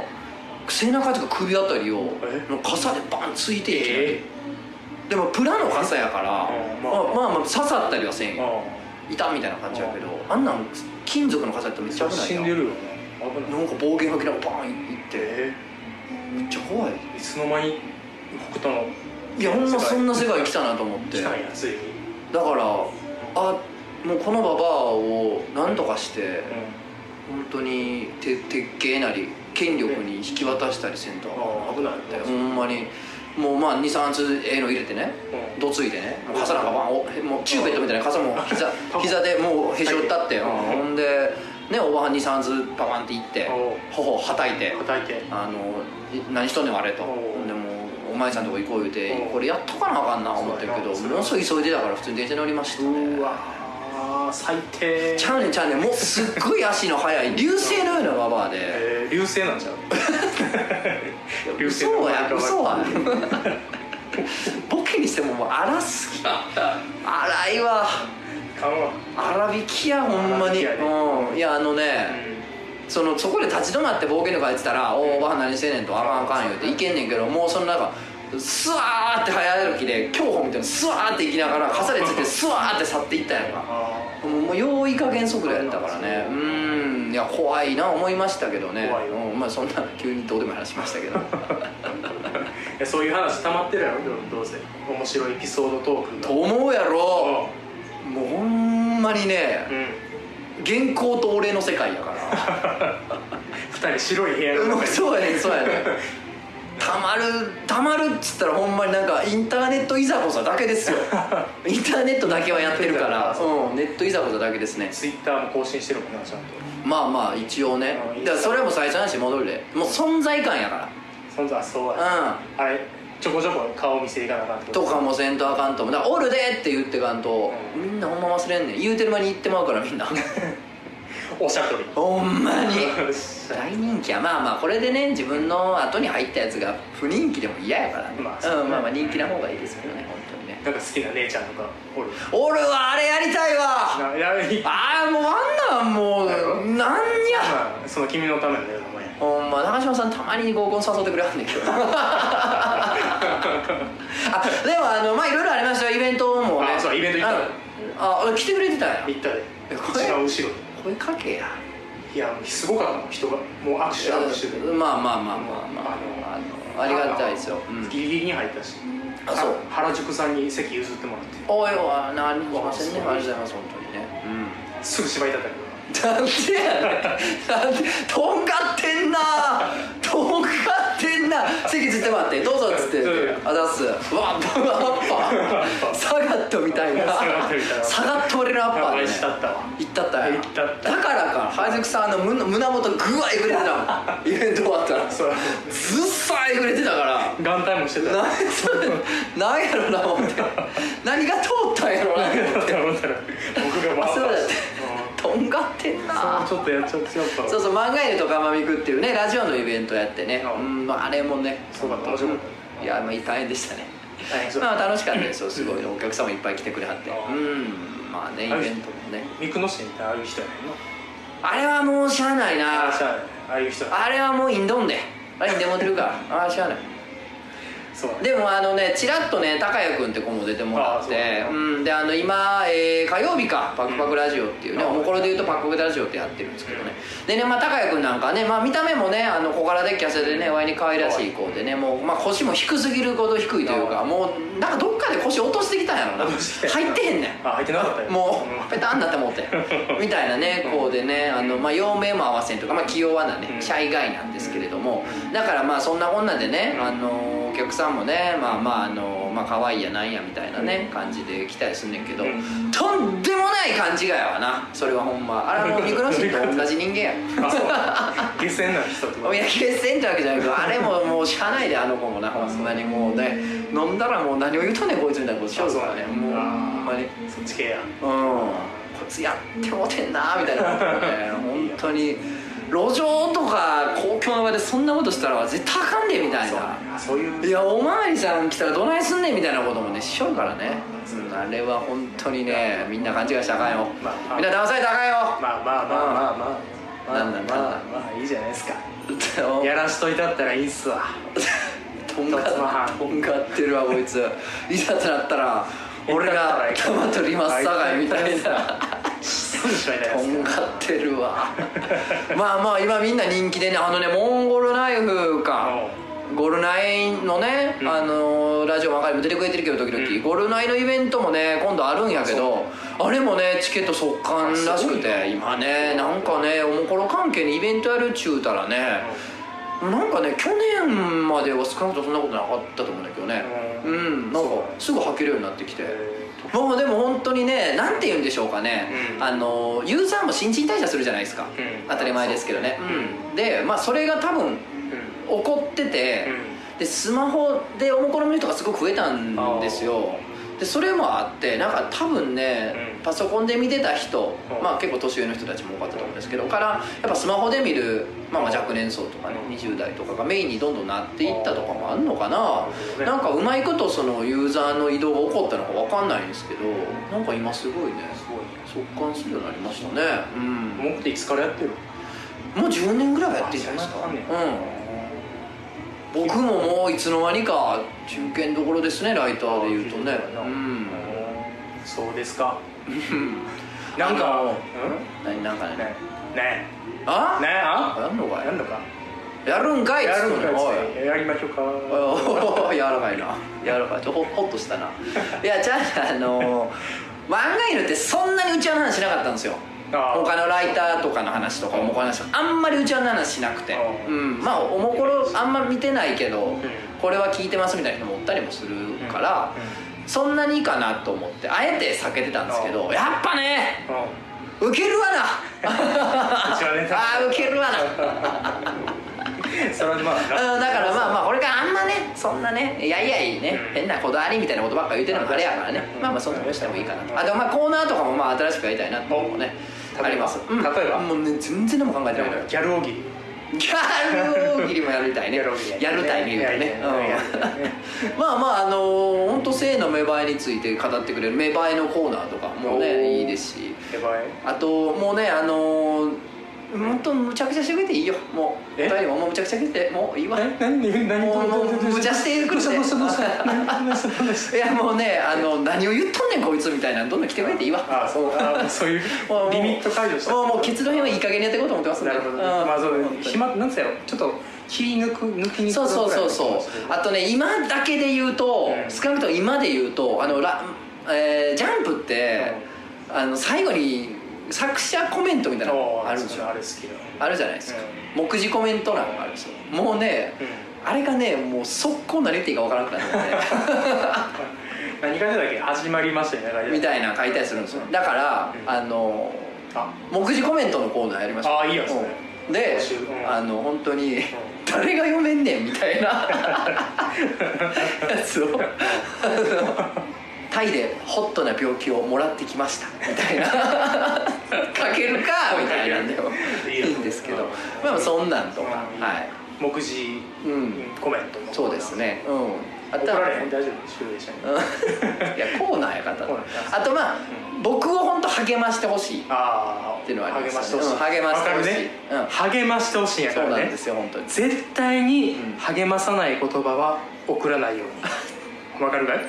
[SPEAKER 1] 背中とか首あたりを
[SPEAKER 2] え
[SPEAKER 1] なんか傘でバンついていきなり
[SPEAKER 2] え
[SPEAKER 1] でもプラの傘やから、
[SPEAKER 2] うん
[SPEAKER 1] ま
[SPEAKER 2] ま
[SPEAKER 1] あ
[SPEAKER 2] あ、
[SPEAKER 1] まあまあ刺さったりはせん
[SPEAKER 2] え
[SPEAKER 1] よ痛みたいな感じやけどあんなん金属の傘やったらめっちゃ危ない
[SPEAKER 2] 死
[SPEAKER 1] や
[SPEAKER 2] ん
[SPEAKER 1] ん
[SPEAKER 2] で
[SPEAKER 1] な
[SPEAKER 2] るよね危ない
[SPEAKER 1] んか暴言吐きながらバーンいって
[SPEAKER 2] え
[SPEAKER 1] めっちゃ怖い
[SPEAKER 2] えいつの間に北斗の
[SPEAKER 1] いやほんまそん
[SPEAKER 2] な
[SPEAKER 1] な世界来たなと思って
[SPEAKER 2] 来
[SPEAKER 1] だ
[SPEAKER 2] た
[SPEAKER 1] か
[SPEAKER 2] んやついに
[SPEAKER 1] らあもうこのババアをなんとかして
[SPEAKER 2] う
[SPEAKER 1] 本当にて鉄警なり権力に引き渡したりせんと
[SPEAKER 2] んあ危ない
[SPEAKER 1] でほんまにもうまあ23つええの入れてね
[SPEAKER 2] うん
[SPEAKER 1] どついてねもう傘なんかバンおへもうチューベットみたいな傘も 膝膝でもうへし折ったって
[SPEAKER 2] うん
[SPEAKER 1] ほんでねおばはん23つパパンっていって
[SPEAKER 2] おう
[SPEAKER 1] 頬をはたいて
[SPEAKER 2] 叩いて
[SPEAKER 1] あのい何しとんねんあれと
[SPEAKER 2] おう
[SPEAKER 1] でもうお前さんとこ行こう言うて
[SPEAKER 2] おう
[SPEAKER 1] これやっとかなあかんな思ってるけど
[SPEAKER 2] そうやな
[SPEAKER 1] ものすごい急いでたから普通に電車乗りましたね
[SPEAKER 2] うわー最低
[SPEAKER 1] ちゃうねんちゃうねんもうすっごい足の速い流星のようなババアで、
[SPEAKER 2] えー流星なんちゃう流 星
[SPEAKER 1] 嘘や
[SPEAKER 2] の
[SPEAKER 1] 嘘はボケにしてももう荒すぎ荒いわ
[SPEAKER 2] かんわ
[SPEAKER 1] 荒引きやほんま
[SPEAKER 2] 荒引
[SPEAKER 1] に
[SPEAKER 2] きやね
[SPEAKER 1] うんいやあの
[SPEAKER 2] う
[SPEAKER 1] ね、
[SPEAKER 2] ん
[SPEAKER 1] そのそこで立ち止まって冒険とかやってたら「おおおばはん何してんねん」と「あかんあかん」言うていけんねんけどもうそのなんかスワーって早歩きで競歩みたいなスワーって行きながら傘でついてスワーって去っていったやんか
[SPEAKER 2] あ
[SPEAKER 1] もうもうよういい加減速度やったからねうーんいや怖いな思いましたけどね
[SPEAKER 2] 怖いよ
[SPEAKER 1] うんまあそんな急にどうでもいい話しましたけど
[SPEAKER 2] ーいやそういう話溜まってるやろどどうせ面白いエピソードトークが
[SPEAKER 1] と思うやろ
[SPEAKER 2] う
[SPEAKER 1] もうほんまにね
[SPEAKER 2] んうん
[SPEAKER 1] 原稿と俺の世界やから
[SPEAKER 2] 二人白い部屋の
[SPEAKER 1] うん
[SPEAKER 2] 中に
[SPEAKER 1] そうやねんそうやねんたまるたまるっつったらほんまになんかインターネットいざこざだけ ですよインターネットだけはやってるから、うん、ネットいざこざだけですね
[SPEAKER 2] ツイッターも更新してるもんなちゃんと
[SPEAKER 1] まあまあ一応ね
[SPEAKER 2] うん
[SPEAKER 1] だからそれはもう最初の話に戻るでもう存在感やか
[SPEAKER 2] そんざそうや
[SPEAKER 1] らうん
[SPEAKER 2] あれちょこちょこ顔見せいかなあかんってこと
[SPEAKER 1] とかもせんとあかんと思うだから「おるで!」って言ってかんと、
[SPEAKER 2] うん
[SPEAKER 1] みんなほんま忘れんねん言うてる間に言ってまうから みんな
[SPEAKER 2] おしゃとり
[SPEAKER 1] ほんまに
[SPEAKER 2] よっしゃ
[SPEAKER 1] 大人気やまあまあこれでね自分の後に入ったやつが不人気でも嫌やからね、
[SPEAKER 2] まあそうね
[SPEAKER 1] うん、まあまあ人気な方がいいですけどね本当にね
[SPEAKER 2] なんか好きな姉ちゃんとかおる
[SPEAKER 1] 俺はあれやりたいわ
[SPEAKER 2] なやべ
[SPEAKER 1] ああもうあんなんもう
[SPEAKER 2] だよ
[SPEAKER 1] なんや
[SPEAKER 2] まあその君のためのねお前
[SPEAKER 1] ほんま長嶋さんたまに合コン誘ってくれはんねんけど あでもあのまあいろいろありましたよイベントもね
[SPEAKER 2] あそうイベント行ったの
[SPEAKER 1] ああ来てくれてたんや
[SPEAKER 2] 行ったで
[SPEAKER 1] えこれ
[SPEAKER 2] 一番後ろ
[SPEAKER 1] 声かけや
[SPEAKER 2] いやすごかったもん人がもう握手握手で
[SPEAKER 1] まあまあまあまあまああのありがたいですよ、う
[SPEAKER 2] うん
[SPEAKER 1] ん、
[SPEAKER 2] ギリギリに入ったし
[SPEAKER 1] あそう
[SPEAKER 2] は原宿さんに席譲ってもらって
[SPEAKER 1] おいおい何もしませんね
[SPEAKER 2] わ
[SPEAKER 1] あ
[SPEAKER 2] あ
[SPEAKER 1] りがとうございます本当にねうん
[SPEAKER 2] すぐ芝居だったけど
[SPEAKER 1] なんでやねんなんでとんがってんなとんがってんな席つってもらってどうぞっつって
[SPEAKER 2] うん
[SPEAKER 1] あざっすうわっぱわっぱ下がっとみたいな
[SPEAKER 2] 下がっとみたいな
[SPEAKER 1] 下がっと俺のアッパー
[SPEAKER 2] あ
[SPEAKER 1] ね
[SPEAKER 2] れしたったわ
[SPEAKER 1] 行ったったよ
[SPEAKER 2] 行ったった
[SPEAKER 1] だからか原宿さんあの胸胸元ぐわえぐれてたもんイベント終わったらず
[SPEAKER 2] そ
[SPEAKER 1] っ
[SPEAKER 2] う
[SPEAKER 1] さえぐれてたから
[SPEAKER 2] 眼帯もしてた
[SPEAKER 1] 何それ何やろな思って何が通ったんやろな思って
[SPEAKER 2] と思ったら僕が
[SPEAKER 1] あ
[SPEAKER 2] 回
[SPEAKER 1] そうだっ
[SPEAKER 2] して
[SPEAKER 1] てとんがってんな
[SPEAKER 2] ちょっとやっちゃってやっぱ
[SPEAKER 1] そうそう「漫画犬とかまみく」っていうねラジオのイベントやってね
[SPEAKER 2] う
[SPEAKER 1] うんんまああれもね
[SPEAKER 2] そうだった面白かった
[SPEAKER 1] いやまあ大変でしたね
[SPEAKER 2] 大変そう
[SPEAKER 1] まあ楽しかったですよすごいねお客さんもいっぱい来てくれはって
[SPEAKER 2] あ
[SPEAKER 1] うんまあねイベントもね
[SPEAKER 2] ミクノシンってああいう人やねんな
[SPEAKER 1] あれはもうしゃあない
[SPEAKER 2] あ
[SPEAKER 1] な
[SPEAKER 2] あしゃあないああいう人や
[SPEAKER 1] あれはもうインドンであれインデモてるからああしゃあない
[SPEAKER 2] そう
[SPEAKER 1] でもあのねちらっとね高谷君って子も出てもらっ
[SPEAKER 2] あ
[SPEAKER 1] て、
[SPEAKER 2] あそううなん
[SPEAKER 1] であの今、えー火曜日かパクパクラジオっていうね、
[SPEAKER 2] うん
[SPEAKER 1] もうこれで言うとパクパクラジオってやってるんですけどねでね、まあ、高谷君なんかね、まあ、見た目もねあの小柄でキャセでねワイに可愛らしい子でねもう、まあ、腰も低すぎるほど低いというか
[SPEAKER 2] あ
[SPEAKER 1] もうなんかどっかで腰落としてきたんやろな
[SPEAKER 2] 落としてきた
[SPEAKER 1] 入ってへんねん
[SPEAKER 2] あ入ってなかったよ
[SPEAKER 1] も
[SPEAKER 2] うん
[SPEAKER 1] うペタンなって思 ってみたいなねこうでねあの、まあ、陽明も合わせんとか、まあ、気弱なね
[SPEAKER 2] うん
[SPEAKER 1] シャイガイなんですけれどもだからまあそんな女でねあのお客さんもねまあまああのまあ可愛いやなんやみたいなね感じで来たりすんねんけど、
[SPEAKER 2] うん
[SPEAKER 1] とんでもない勘違いやわなそれはほんまあ れはもうミクロシーと同じ人間や
[SPEAKER 2] あそう下船な人とか
[SPEAKER 1] いや決戦ってわけじゃないけどあれももうしゃあないであの子もなほんまにもうね飲んだらもう何を言うとんねんこいつみたいなことしようからねもうほんまに。
[SPEAKER 2] そっち系や
[SPEAKER 1] うん、こいつやってもうてんなみたいなことね本当に路上とか公共の場でそんなことしたら絶対あかんでみたいな
[SPEAKER 2] あそういう
[SPEAKER 1] いやおまわりさん来たらどないすんねんみたいなこともねしちゃうからね、うんあれは本当にねみんな勘違いしたらあかんよ、
[SPEAKER 2] まあまあ
[SPEAKER 1] みんな騙されたらあかんよ、
[SPEAKER 2] まあまあまあまあまあまあまあ
[SPEAKER 1] なんだ
[SPEAKER 2] まあまあいいじゃないですか
[SPEAKER 1] お
[SPEAKER 2] やらしといたったらいいっすわ
[SPEAKER 1] とんが
[SPEAKER 2] 一つの班
[SPEAKER 1] とんがってるわこいついざとなったら俺が
[SPEAKER 2] やったったら
[SPEAKER 1] 玉取りますさかいみたいな
[SPEAKER 2] そうしょいない
[SPEAKER 1] と
[SPEAKER 2] です
[SPEAKER 1] ん
[SPEAKER 2] か
[SPEAKER 1] がってるわ まあまあ今みんな人気でねあのねモンゴルナイフかゴルナイのね、
[SPEAKER 2] うん
[SPEAKER 1] あのラジオばかりも出てくれてるけど時々、
[SPEAKER 2] うん
[SPEAKER 1] ゴルナイのイベントもね今度あるんやけどあれもねチケット速完らしく
[SPEAKER 2] すごいな
[SPEAKER 1] て今ねなんかねおもころ関係にイベントやるっちゅうたらね、なんかね去年までは少なくともそんなことなかったと思うんだけどねう、
[SPEAKER 2] うんん
[SPEAKER 1] なんか
[SPEAKER 2] そう
[SPEAKER 1] すぐ履けるようになってきて。
[SPEAKER 2] え
[SPEAKER 1] もうでも本当にねなんて言うんでしょうかね、
[SPEAKER 2] うん
[SPEAKER 1] あのユーザーも新陳代謝するじゃないですか、
[SPEAKER 2] ん
[SPEAKER 1] 当たり前ですけどね
[SPEAKER 2] そう
[SPEAKER 1] うんでまあそれが多分
[SPEAKER 2] ー
[SPEAKER 1] 起こってて、でスマホでおもころ見る人がすごく増えたんですよでそれもあってなんか多分ね、
[SPEAKER 2] うん
[SPEAKER 1] パソコンで見てた人、
[SPEAKER 2] うん
[SPEAKER 1] まあ、結構年上の人たちも多かったと思うんですけどからやっぱスマホで見る、まあ、まあ若年層とかね
[SPEAKER 2] うん
[SPEAKER 1] 20代とかがメインにどんどんなっていったとかもあんのかな
[SPEAKER 2] うん
[SPEAKER 1] なんかうまいことそのユーザーの移動が起こったのか分かんないんですけどなんか今すごいね
[SPEAKER 2] すご
[SPEAKER 1] 速
[SPEAKER 2] い
[SPEAKER 1] 乾するようになりましたねうん
[SPEAKER 2] ね目的つからやってる
[SPEAKER 1] もう10年ぐらいはやってんじゃないですか
[SPEAKER 2] あそんな
[SPEAKER 1] うん僕ももういつの間にか中堅どころですねライターで言うとねうん
[SPEAKER 2] そうですか
[SPEAKER 1] うん
[SPEAKER 2] なんか
[SPEAKER 1] あ
[SPEAKER 2] う
[SPEAKER 1] 何なんか
[SPEAKER 2] んね
[SPEAKER 1] ね
[SPEAKER 2] ね
[SPEAKER 1] あ
[SPEAKER 2] ねあ
[SPEAKER 1] やんのか
[SPEAKER 2] やん
[SPEAKER 1] い
[SPEAKER 2] のか
[SPEAKER 1] やるんかいっ
[SPEAKER 2] や
[SPEAKER 1] つ
[SPEAKER 2] る
[SPEAKER 1] っ
[SPEAKER 2] ん
[SPEAKER 1] てん
[SPEAKER 2] かいっ
[SPEAKER 1] のおい
[SPEAKER 2] つってやりましょうか
[SPEAKER 1] おお柔らかいな柔らかいちょほほっとしたないやじゃああの漫画犬ってそんなにうちわの話しなかったんですよ
[SPEAKER 2] あー
[SPEAKER 1] 他のライターとかの話とかおもころの話とかあんまりうちわの話しなくて
[SPEAKER 2] あー
[SPEAKER 1] うんまあおもころあんま見てないけど
[SPEAKER 2] ん
[SPEAKER 1] これは聞いてますみたいな人もおったりもするからそんなにいいかなと思ってあえて避けてたんですけどやっぱね
[SPEAKER 2] うんう
[SPEAKER 1] ウ
[SPEAKER 2] ん
[SPEAKER 1] ケるわなあ
[SPEAKER 2] ちはね
[SPEAKER 1] ーウケるわな
[SPEAKER 2] それはまあ
[SPEAKER 1] うんだからまあまあこれからあんまねそんなねやいやいね
[SPEAKER 2] うん
[SPEAKER 1] 変なこだわりみたいなことばっか言うてるのもあれやからね
[SPEAKER 2] うん
[SPEAKER 1] まあまあそんなことしてもいいかなとあでもまあコーナーとかもまあ新しくやりたいなと思うね
[SPEAKER 2] お
[SPEAKER 1] あります
[SPEAKER 2] 例えば
[SPEAKER 1] うん
[SPEAKER 2] 例えば
[SPEAKER 1] もうね全然何も考えて
[SPEAKER 2] で
[SPEAKER 1] ない
[SPEAKER 2] も
[SPEAKER 1] のよ
[SPEAKER 2] ギャル大喜利
[SPEAKER 1] ギャル大喜利もやりたいね
[SPEAKER 2] ギャル大喜利
[SPEAKER 1] やるたいね言うとね
[SPEAKER 2] やりたいね
[SPEAKER 1] うんまあまああのー本当性の芽生えについて語ってくれる芽生えのコーナーとかも
[SPEAKER 2] おー
[SPEAKER 1] ねいいですし
[SPEAKER 2] やばい
[SPEAKER 1] あともうねあのー本当むちゃくちゃしてくれていいよもう
[SPEAKER 2] え
[SPEAKER 1] お便りももうむちゃくちゃしてくれてもういいわ
[SPEAKER 2] え何何何
[SPEAKER 1] もうもう
[SPEAKER 2] どどどど
[SPEAKER 1] 無茶してくるね
[SPEAKER 2] どうしたどうしたどうしたどうしたどうしたどうし
[SPEAKER 1] いやもうねあの何を言っとんねんこいつみたいなどんどん来てくれていいわ
[SPEAKER 2] たあそうあそういう
[SPEAKER 1] もうもう
[SPEAKER 2] リミット解除した
[SPEAKER 1] もうもう結論はいい加減にやっていこうと思ってますんで
[SPEAKER 2] なるほどね
[SPEAKER 1] うん
[SPEAKER 2] まあそう
[SPEAKER 1] 本当に
[SPEAKER 2] 暇なんつうやろちょっと気抜く抜きに
[SPEAKER 1] そうそうそうそうあとね今だけで言うと、
[SPEAKER 2] うん
[SPEAKER 1] 少なくとも今で言うとあのラ、えージャンプって、あの最後に作者コメントみたいなのあ
[SPEAKER 2] あ
[SPEAKER 1] る
[SPEAKER 2] る
[SPEAKER 1] んですよ
[SPEAKER 2] あれ好きだ
[SPEAKER 1] あるじゃないですか、目次コメント欄があるんですよもうね、あれがねもう速攻何言っていいか分からなくなって
[SPEAKER 2] うん何書いてたっけ始まりましたよね書いてた
[SPEAKER 1] みたいな書いたりするんですよだから、
[SPEAKER 2] うん
[SPEAKER 1] あの
[SPEAKER 2] あ
[SPEAKER 1] 目次コメントのコーナーやりましょう
[SPEAKER 2] あいいやつね
[SPEAKER 1] うんで
[SPEAKER 2] 募集うん
[SPEAKER 1] あの本当に誰が読めんねんみた いなやつをあのタイでホットな病気をもらってきましたみたい なかけるかみたいなんでも
[SPEAKER 2] いい
[SPEAKER 1] い
[SPEAKER 2] よ
[SPEAKER 1] いんですけど
[SPEAKER 2] うん
[SPEAKER 1] まあそんなんとか
[SPEAKER 2] うん
[SPEAKER 1] はい
[SPEAKER 2] 目次
[SPEAKER 1] うん
[SPEAKER 2] コメント
[SPEAKER 1] そうですねうんあ
[SPEAKER 2] 怒
[SPEAKER 1] とは
[SPEAKER 2] られへん大丈夫集英社に
[SPEAKER 1] うんいやコーナーや方
[SPEAKER 2] コーナー
[SPEAKER 1] あとまあ、僕を本当励ましてほしいっ
[SPEAKER 2] ああ
[SPEAKER 1] ていうのはあり
[SPEAKER 2] 励
[SPEAKER 1] ま
[SPEAKER 2] まし
[SPEAKER 1] す
[SPEAKER 2] てほしい、
[SPEAKER 1] うん励ましてほしい
[SPEAKER 2] わかるね、励ましてほしいんやか
[SPEAKER 1] そう
[SPEAKER 2] ら
[SPEAKER 1] なん
[SPEAKER 2] ね
[SPEAKER 1] ですよ本当に
[SPEAKER 2] 絶対に
[SPEAKER 1] うん
[SPEAKER 2] 励まさない言葉は送らないようにわかるかい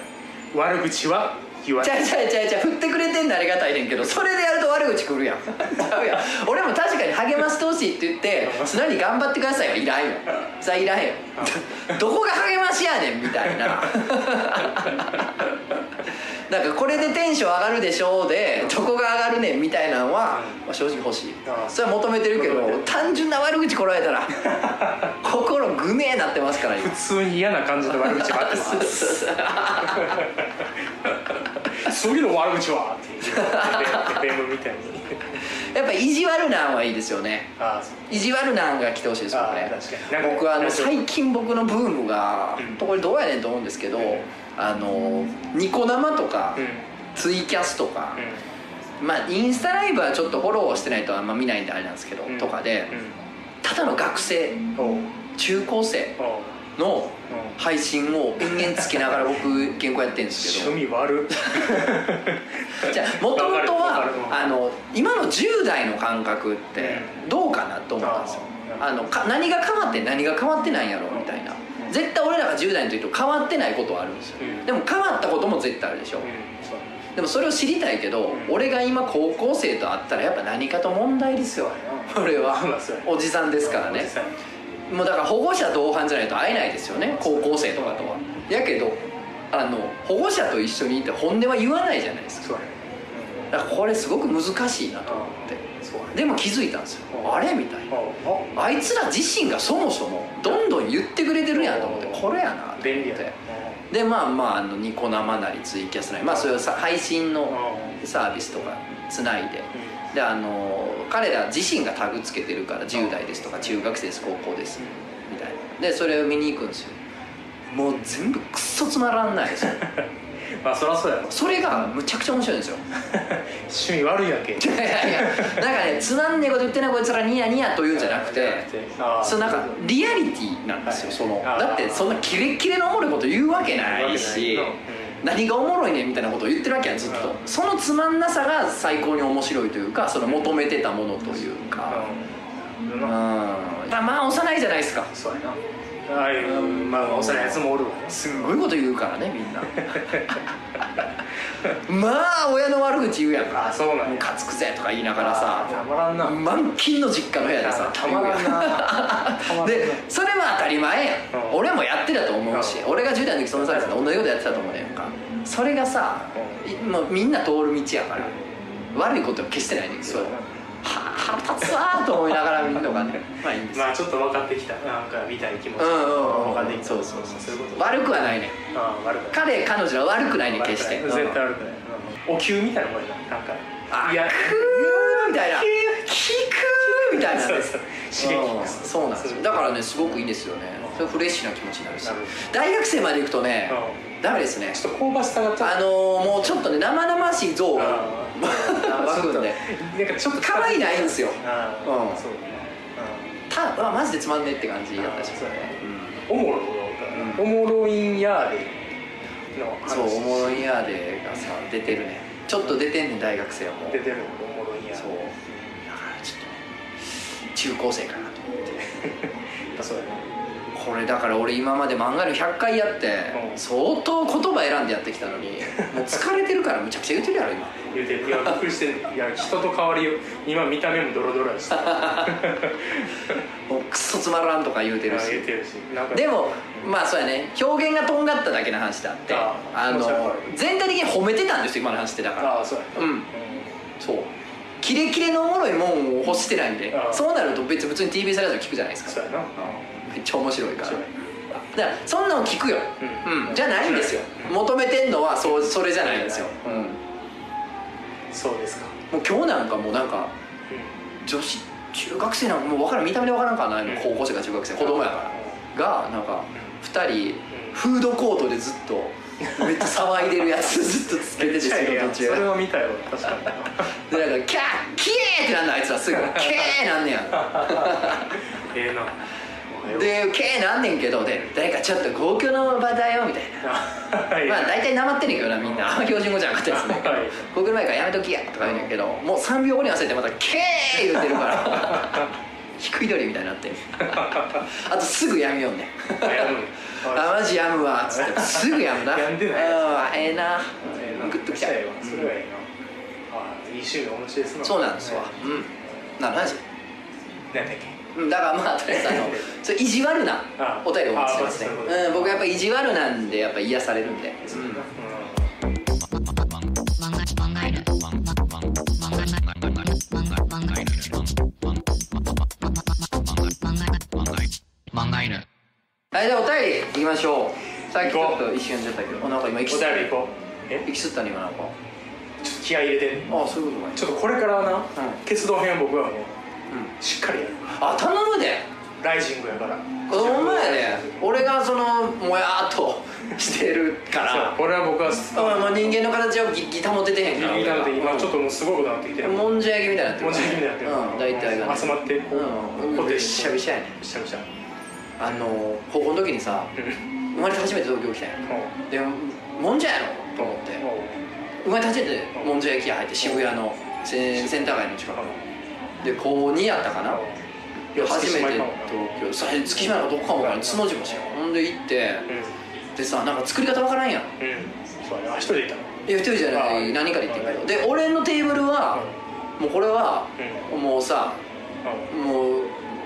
[SPEAKER 2] 悪口は言わ
[SPEAKER 1] ち
[SPEAKER 2] ない
[SPEAKER 1] ゃいちゃいちゃいちゃい振ってくれてんのありがたいねんけどそれでやると悪口く るやんちゃうやん俺も確かに励ましてほしいって言って「何頑張ってください」はいらんよさあいらん よどこが励ましやねんみたいな なんかこれでテンション上がるでしょうでどこが上がるねんみたいなのは、まあ正直欲しい
[SPEAKER 2] ああ
[SPEAKER 1] それは求めてるけど
[SPEAKER 2] 求めてる
[SPEAKER 1] 単純な悪口こらえた ら心グネーなってますから今
[SPEAKER 2] 普通に嫌な感じの悪口はあ ってますそういうの悪口はっていう FM みたいに
[SPEAKER 1] やっぱ意地悪なんはいいですよね
[SPEAKER 2] ああそう
[SPEAKER 1] 意地悪なんが来てほしいですよね
[SPEAKER 2] あー確かになんか
[SPEAKER 1] 僕はあの
[SPEAKER 2] なんか
[SPEAKER 1] 最近僕のブームが
[SPEAKER 2] うん
[SPEAKER 1] これどうやねんと思うんですけど、
[SPEAKER 2] うん
[SPEAKER 1] あのニコ生とか、
[SPEAKER 2] うん
[SPEAKER 1] ツイキャスとか、
[SPEAKER 2] うん
[SPEAKER 1] まあインスタライブはちょっとフォローしてないとあんま見ないんであれなんですけど、
[SPEAKER 2] うん
[SPEAKER 1] とかで、
[SPEAKER 2] う
[SPEAKER 1] ただの学生
[SPEAKER 2] んおう
[SPEAKER 1] 中高生
[SPEAKER 2] おう
[SPEAKER 1] の
[SPEAKER 2] おう
[SPEAKER 1] 配信を延々つけながら僕原稿やってるんですけど
[SPEAKER 2] 趣味悪
[SPEAKER 1] じゃあもともと
[SPEAKER 2] わかるわ
[SPEAKER 1] は
[SPEAKER 2] かる
[SPEAKER 1] あの今の10代の感覚ってどうかなと思ったんですよ
[SPEAKER 2] あー
[SPEAKER 1] あのか何が変わって何が変わってないんやろみたいな
[SPEAKER 2] うん
[SPEAKER 1] 絶対俺らが10代の時と変わってないことはあるんですよ
[SPEAKER 2] うん
[SPEAKER 1] でも変わったことも絶対あるでしょ
[SPEAKER 2] うんそう
[SPEAKER 1] でもそれを知りたいけど
[SPEAKER 2] うん
[SPEAKER 1] 俺が今高校生と会ったらやっぱ何かと問題ですよ俺
[SPEAKER 2] ま
[SPEAKER 1] は
[SPEAKER 2] あそうや
[SPEAKER 1] おじさんですから
[SPEAKER 2] お
[SPEAKER 1] ね
[SPEAKER 2] じさん
[SPEAKER 1] もうだから保護者同伴じゃないと会えないですよね高校生とかとはやけどあの保護者と一緒にいて本音は言わないじゃないですか
[SPEAKER 2] そうや
[SPEAKER 1] だからこれすごく難しいなと思って
[SPEAKER 2] うんそうや
[SPEAKER 1] でも気づいたんですよ
[SPEAKER 2] うん
[SPEAKER 1] あれみたいな
[SPEAKER 2] おう
[SPEAKER 1] あいつら自身がそもそもどんどん言ってくれてるやんと思って
[SPEAKER 2] うん
[SPEAKER 1] これやな
[SPEAKER 2] お
[SPEAKER 1] と思っ
[SPEAKER 2] 便利や
[SPEAKER 1] てでまあまああのニコ生なりツイキャスなりまあそういうさ配信
[SPEAKER 2] おう
[SPEAKER 1] のサービスとかつないでであの彼ら自身がタグつけてるから10代ですとか中学生です高校ですみたいなでそれを見に行くんですよもう全部クソつまらんないですよ
[SPEAKER 2] うんまあそらそうやろ
[SPEAKER 1] それがむちゃくちゃ面白いんですよ
[SPEAKER 2] 趣味悪いやけ
[SPEAKER 1] いやいやなんかねつまんねえこと言ってないこいつらニヤニヤと言うんじゃなくて
[SPEAKER 2] あー
[SPEAKER 1] そうなんかリアリティなんですよその
[SPEAKER 2] あー
[SPEAKER 1] だってそんなキレッキレのおもろいこと言うわけないし
[SPEAKER 2] 言うわ
[SPEAKER 1] 何がおもろいねんみたいなことを言ってるわけやんずっと
[SPEAKER 2] う
[SPEAKER 1] そのつまんなさが最高に面白いというかその求めてたものというか
[SPEAKER 2] うん
[SPEAKER 1] うん
[SPEAKER 2] うん
[SPEAKER 1] まあ幼いじゃないですか
[SPEAKER 2] そうやなああいうまあ幼いやつもおるわ
[SPEAKER 1] すごいこと言うからねみん なまあ親の悪口言うやんか
[SPEAKER 2] ああそうなんや
[SPEAKER 1] カツくぜとか言いながらさ
[SPEAKER 2] あーたまらんな
[SPEAKER 1] 満勤の実家の部 屋でさ
[SPEAKER 2] たまらんなたまらんな
[SPEAKER 1] でそれは当たり前やん、
[SPEAKER 2] うん
[SPEAKER 1] 俺もやってたと思うし、
[SPEAKER 2] う
[SPEAKER 1] 俺が10代の時そのサービスで同じことやってたと思うねんかそれがさ、いもうみんな通る道やから悪いことは決してないねんけど
[SPEAKER 2] そう
[SPEAKER 1] はあ腹立つわーと思いながら見るのがねまあいいんですよ、
[SPEAKER 2] まあちょっと分かってきたなんか見たい気持ち
[SPEAKER 1] うんうんうん
[SPEAKER 2] 分かってきた
[SPEAKER 1] そうそう
[SPEAKER 2] そうそういうこと
[SPEAKER 1] 悪くはないねん
[SPEAKER 2] ああ悪くない
[SPEAKER 1] 彼彼女ら悪くないねん決して
[SPEAKER 2] 絶対
[SPEAKER 1] うん
[SPEAKER 2] 悪くないうんお給みたいなもんやなな
[SPEAKER 1] あ
[SPEAKER 2] んか
[SPEAKER 1] く
[SPEAKER 2] いや
[SPEAKER 1] ーみたいな
[SPEAKER 2] く
[SPEAKER 1] 聞くーみたいなね
[SPEAKER 2] そうそう刺
[SPEAKER 1] うん
[SPEAKER 2] 激
[SPEAKER 1] そうなんですよだからねすごくいいんですよね
[SPEAKER 2] うん
[SPEAKER 1] それフレッシュな気持ちになるし
[SPEAKER 2] なるほ
[SPEAKER 1] 大学生まで行くとね
[SPEAKER 2] う
[SPEAKER 1] ダメですね
[SPEAKER 2] ちょっと香ばしさがちょっと
[SPEAKER 1] あのーもうちょっとね生々しい像が
[SPEAKER 2] あ
[SPEAKER 1] 湧
[SPEAKER 2] ー
[SPEAKER 1] くんで
[SPEAKER 2] なんかちょっと
[SPEAKER 1] 可愛いないんですよ
[SPEAKER 2] ああ
[SPEAKER 1] うん
[SPEAKER 2] そうだね
[SPEAKER 1] たまあマジでつまんねえって感じ
[SPEAKER 2] うん
[SPEAKER 1] だったでしょ
[SPEAKER 2] そうだね
[SPEAKER 1] う
[SPEAKER 2] おもろおもろいんやでの
[SPEAKER 1] ん
[SPEAKER 2] 話
[SPEAKER 1] そう「おもろいんやで」がさ出てるねちょっと出てんねん大学生はもう
[SPEAKER 2] 出てるのおもろいんや
[SPEAKER 1] そうだからちょっとね中高生かなと思って
[SPEAKER 2] やっぱそうやな
[SPEAKER 1] これだから俺今まで漫画の100回やって
[SPEAKER 2] うん
[SPEAKER 1] 相当言葉選んでやってきた のにもう疲れてるからむちゃくちゃ言ってるやろ今
[SPEAKER 2] 言うてるいやびっくりしてるいや人と変わりよ今見た目もドロドロやし
[SPEAKER 1] もうクソつまらんとか言うてるし
[SPEAKER 2] 言うてるしなんか
[SPEAKER 1] でもまあそうやね表現がとんがっただけの話であって
[SPEAKER 2] あー
[SPEAKER 1] あ
[SPEAKER 2] 面
[SPEAKER 1] の
[SPEAKER 2] 白い
[SPEAKER 1] 全体的に褒めてたんですよ今の話ってだから
[SPEAKER 2] ああそうや
[SPEAKER 1] うんそうキレキレのおもろいもんを欲してないんで
[SPEAKER 2] あー
[SPEAKER 1] そうなると別に普通に TBS ラジオ聞くじゃないです
[SPEAKER 2] そう
[SPEAKER 1] か
[SPEAKER 2] やな
[SPEAKER 1] めっちゃ面白いから
[SPEAKER 2] そう
[SPEAKER 1] だ
[SPEAKER 2] や
[SPEAKER 1] からそんなの聞くよ、
[SPEAKER 2] うん
[SPEAKER 1] うんじゃないんですよ
[SPEAKER 2] うん
[SPEAKER 1] 求めてんのはそうそれじゃないんですよ、
[SPEAKER 2] うん
[SPEAKER 1] うん
[SPEAKER 2] そうですか
[SPEAKER 1] もう今日なんかもうなんか女子中学生なんかもう分からん見た目で分からんからな、
[SPEAKER 2] うん
[SPEAKER 1] 高校生か中学生子供やからがなんか2人
[SPEAKER 2] うん
[SPEAKER 1] フードコートでずっとめっちゃ騒いでるや つずっとつけてて
[SPEAKER 2] い
[SPEAKER 1] 仕
[SPEAKER 2] やい
[SPEAKER 1] 事
[SPEAKER 2] やそ
[SPEAKER 1] 中
[SPEAKER 2] れは見たよ確かに
[SPEAKER 1] でなんかキャー キエーってなんねんあいつらすぐキエーなんねや
[SPEAKER 2] ええなんだよ
[SPEAKER 1] で受けなんねんけどで誰かちょっと公共の場だよみたいな
[SPEAKER 2] はい
[SPEAKER 1] まあ大体なまってんねんけどなみんな 標準語じゃなかったりするんだけど
[SPEAKER 2] はい
[SPEAKER 1] 「公共の前からやめときや」とか言うねんけどもう3秒後に忘れてまた「けー!」言うてるから 低い鳥みたいになってあとすぐやめようね
[SPEAKER 2] やむ
[SPEAKER 1] あマジやむわっつってすぐやむな
[SPEAKER 2] やんでない
[SPEAKER 1] あーええな
[SPEAKER 2] ええ
[SPEAKER 1] グッときた
[SPEAKER 2] したいわそれはいいなああいい趣味お持ちですな
[SPEAKER 1] そうなんですわ
[SPEAKER 2] は
[SPEAKER 1] うんなマジ
[SPEAKER 2] いなんだっけ
[SPEAKER 1] うんだからまあとりあえず あのそれ意地悪な
[SPEAKER 2] あ
[SPEAKER 1] お便りをお待ちしてますね
[SPEAKER 2] あそういうこと
[SPEAKER 1] うん僕やっぱ意地悪なんでやっぱ癒されるんでうん
[SPEAKER 2] う
[SPEAKER 1] はいじゃあお便りいきましょうさっきちょ
[SPEAKER 2] 行こ
[SPEAKER 1] っ
[SPEAKER 2] う
[SPEAKER 1] と一瞬やっちゃったけどおなんか今息
[SPEAKER 2] んお
[SPEAKER 1] 吸った
[SPEAKER 2] 便り行こうえ
[SPEAKER 1] 息吸ったね今なんか
[SPEAKER 2] ちょっと気合い入れて
[SPEAKER 1] ああそういうことね
[SPEAKER 2] ちょっとこれからはな、鉄道編は僕はも
[SPEAKER 1] うん
[SPEAKER 2] うしっかりやる
[SPEAKER 1] あ頼むで
[SPEAKER 2] ライジングやから
[SPEAKER 1] 子供前やで俺がそのもやーっとしてるから
[SPEAKER 2] そう俺は僕は
[SPEAKER 1] うんもう人間の形をギッギッ保ててへんから
[SPEAKER 2] 右なので今ちょっ
[SPEAKER 1] と
[SPEAKER 2] ともうすごくなってきてる
[SPEAKER 1] もんじゃ焼きみたいになってる
[SPEAKER 2] もんじゃ焼きみたいになってる
[SPEAKER 1] うん大体がね
[SPEAKER 2] 集まってこう
[SPEAKER 1] うん
[SPEAKER 2] こう
[SPEAKER 1] びっしゃびしゃやね
[SPEAKER 2] びしゃびしゃ
[SPEAKER 1] あの高校の時にさ
[SPEAKER 2] うん
[SPEAKER 1] 生まれて初めて東京来たんや
[SPEAKER 2] も
[SPEAKER 1] でもんじゃやろと思って
[SPEAKER 2] うもう
[SPEAKER 1] 生まれて初めてもんじゃ焼き屋入って渋谷のセンセンター街の近くで高2やったかな
[SPEAKER 2] よし
[SPEAKER 1] 初めて
[SPEAKER 2] しまいかも
[SPEAKER 1] 東京それ月島なんかどこかも分からんつの字もしようほんで行って
[SPEAKER 2] うん
[SPEAKER 1] でさなんか作り方分からんやん
[SPEAKER 2] うんそうやな一人でいたの
[SPEAKER 1] いや一人じゃな
[SPEAKER 2] あ
[SPEAKER 1] い
[SPEAKER 2] ー
[SPEAKER 1] 何かで行ってんけどで俺のテーブルはもうこれはもうさも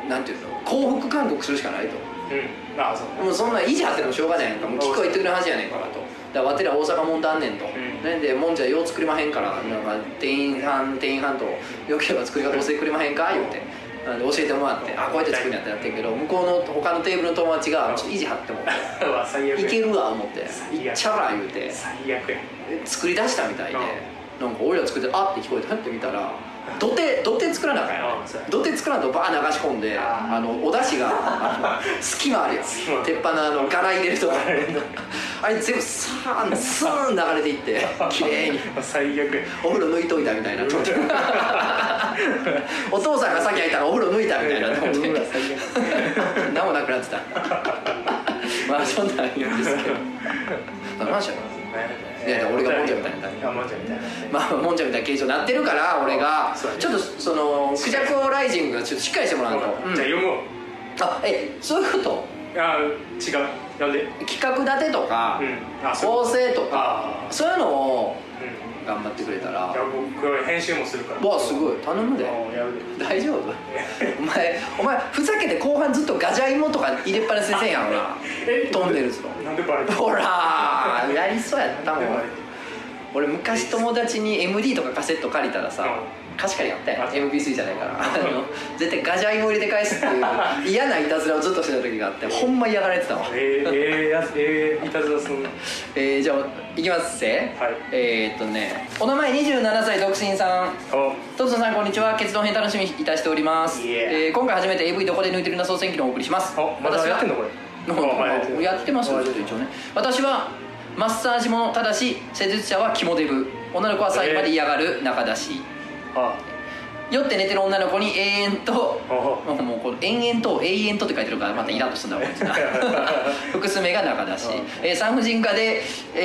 [SPEAKER 1] うなんていうの幸福勧告するしかないと
[SPEAKER 2] うんうんああそう
[SPEAKER 1] もうそんなんいいじゃんってのもしょうがないやんかもう聞こえ言ってくれる話やねんからとだからわてら大阪もんだんねんと、
[SPEAKER 2] ん
[SPEAKER 1] ねでもんじゃよう作りまへんからなんか店員さん店員さんとよければ作り方教えてくれまへんか言うてなんで教えてもらってあこうやって作るんやってなってんけど向こうの他のテーブルの友達がちょっと意地張ってもう
[SPEAKER 2] うわ最悪
[SPEAKER 1] い
[SPEAKER 2] や
[SPEAKER 1] けるわ思って
[SPEAKER 2] 最悪
[SPEAKER 1] いっちゃら言うて
[SPEAKER 2] 最悪や
[SPEAKER 1] 作り出したみたいで
[SPEAKER 2] うん
[SPEAKER 1] なんか俺ら作ってあって聞こえてふって見たら土手土手作らなあかんやん
[SPEAKER 2] うんそうや
[SPEAKER 1] 土手作らんとバー流し込んで
[SPEAKER 2] あ
[SPEAKER 1] あのお出汁があ の隙間あるやん
[SPEAKER 2] 隙間
[SPEAKER 1] 鉄板のあの柄入れ るとこ
[SPEAKER 2] 柄入れる
[SPEAKER 1] あれ全部サーンスーン流れてい って綺麗に
[SPEAKER 2] 最悪や
[SPEAKER 1] お風呂抜いといたみたいな お父さんが先入ったらお風呂抜いたみたいなと思って
[SPEAKER 2] うわ最悪
[SPEAKER 1] 何もなくなってたまあそんなん言うんですけ ど何話しよういやいや俺がもんじゃみたいになった
[SPEAKER 2] あもんじゃみたいになった
[SPEAKER 1] まあもんじゃみたいな形状になってるから俺が
[SPEAKER 2] そうだね
[SPEAKER 1] ちょっとそのクジャク王ライジングがちょっとしっかりしてもらうと、うん
[SPEAKER 2] じゃあ読もう
[SPEAKER 1] あえそういうこと
[SPEAKER 2] あ違うなんで
[SPEAKER 1] 企画立てとか、
[SPEAKER 2] うん
[SPEAKER 1] 構
[SPEAKER 2] あそう
[SPEAKER 1] 成とか
[SPEAKER 2] あー
[SPEAKER 1] そういうのを
[SPEAKER 2] うんい
[SPEAKER 1] 頑張ってくれたら
[SPEAKER 2] や僕は編集もするから
[SPEAKER 1] わあすごい頼むで
[SPEAKER 2] あやるで
[SPEAKER 1] 大丈 夫お前お前ふざけて後半ずっとガジャイモとか入れっぱなし先生やんな
[SPEAKER 2] え
[SPEAKER 1] トンネルズの
[SPEAKER 2] なんでバレた
[SPEAKER 1] ほらやりそうやったもん
[SPEAKER 2] やばい
[SPEAKER 1] 俺昔友達に MD とかカセット借りたらさ
[SPEAKER 2] うん
[SPEAKER 1] 貸し借りやったやん
[SPEAKER 2] あ
[SPEAKER 1] MP3 じゃないからあの絶対ガジャイモ入れて返すっていう嫌ないたずらをずっとしてた時があってほんま嫌がられてたわ
[SPEAKER 2] えー、えー、やつえー、いたずらすんの
[SPEAKER 1] えー、じゃあいきますぜ、
[SPEAKER 2] はい
[SPEAKER 1] えー、っとねお名前27歳独身さん
[SPEAKER 2] お
[SPEAKER 1] トッツォさんこんにちは結論編楽しみいたしております、
[SPEAKER 2] イエー
[SPEAKER 1] えー今回初めて AV どこで抜いてるな総選挙のお送りします
[SPEAKER 2] おまだやってんのこれ
[SPEAKER 1] なんか
[SPEAKER 2] お前る
[SPEAKER 1] やってますよちょっと一応ね私はマッサージものただし施術者は肝デブ女の子は最後まで嫌がる仲出し、
[SPEAKER 2] あ
[SPEAKER 1] 酔って寝てる女の子に永遠と
[SPEAKER 2] お
[SPEAKER 1] もうこの延々と永遠とって書いてるからまたイラッとすんだろう 複数目が中出し、えー産婦人科で、えー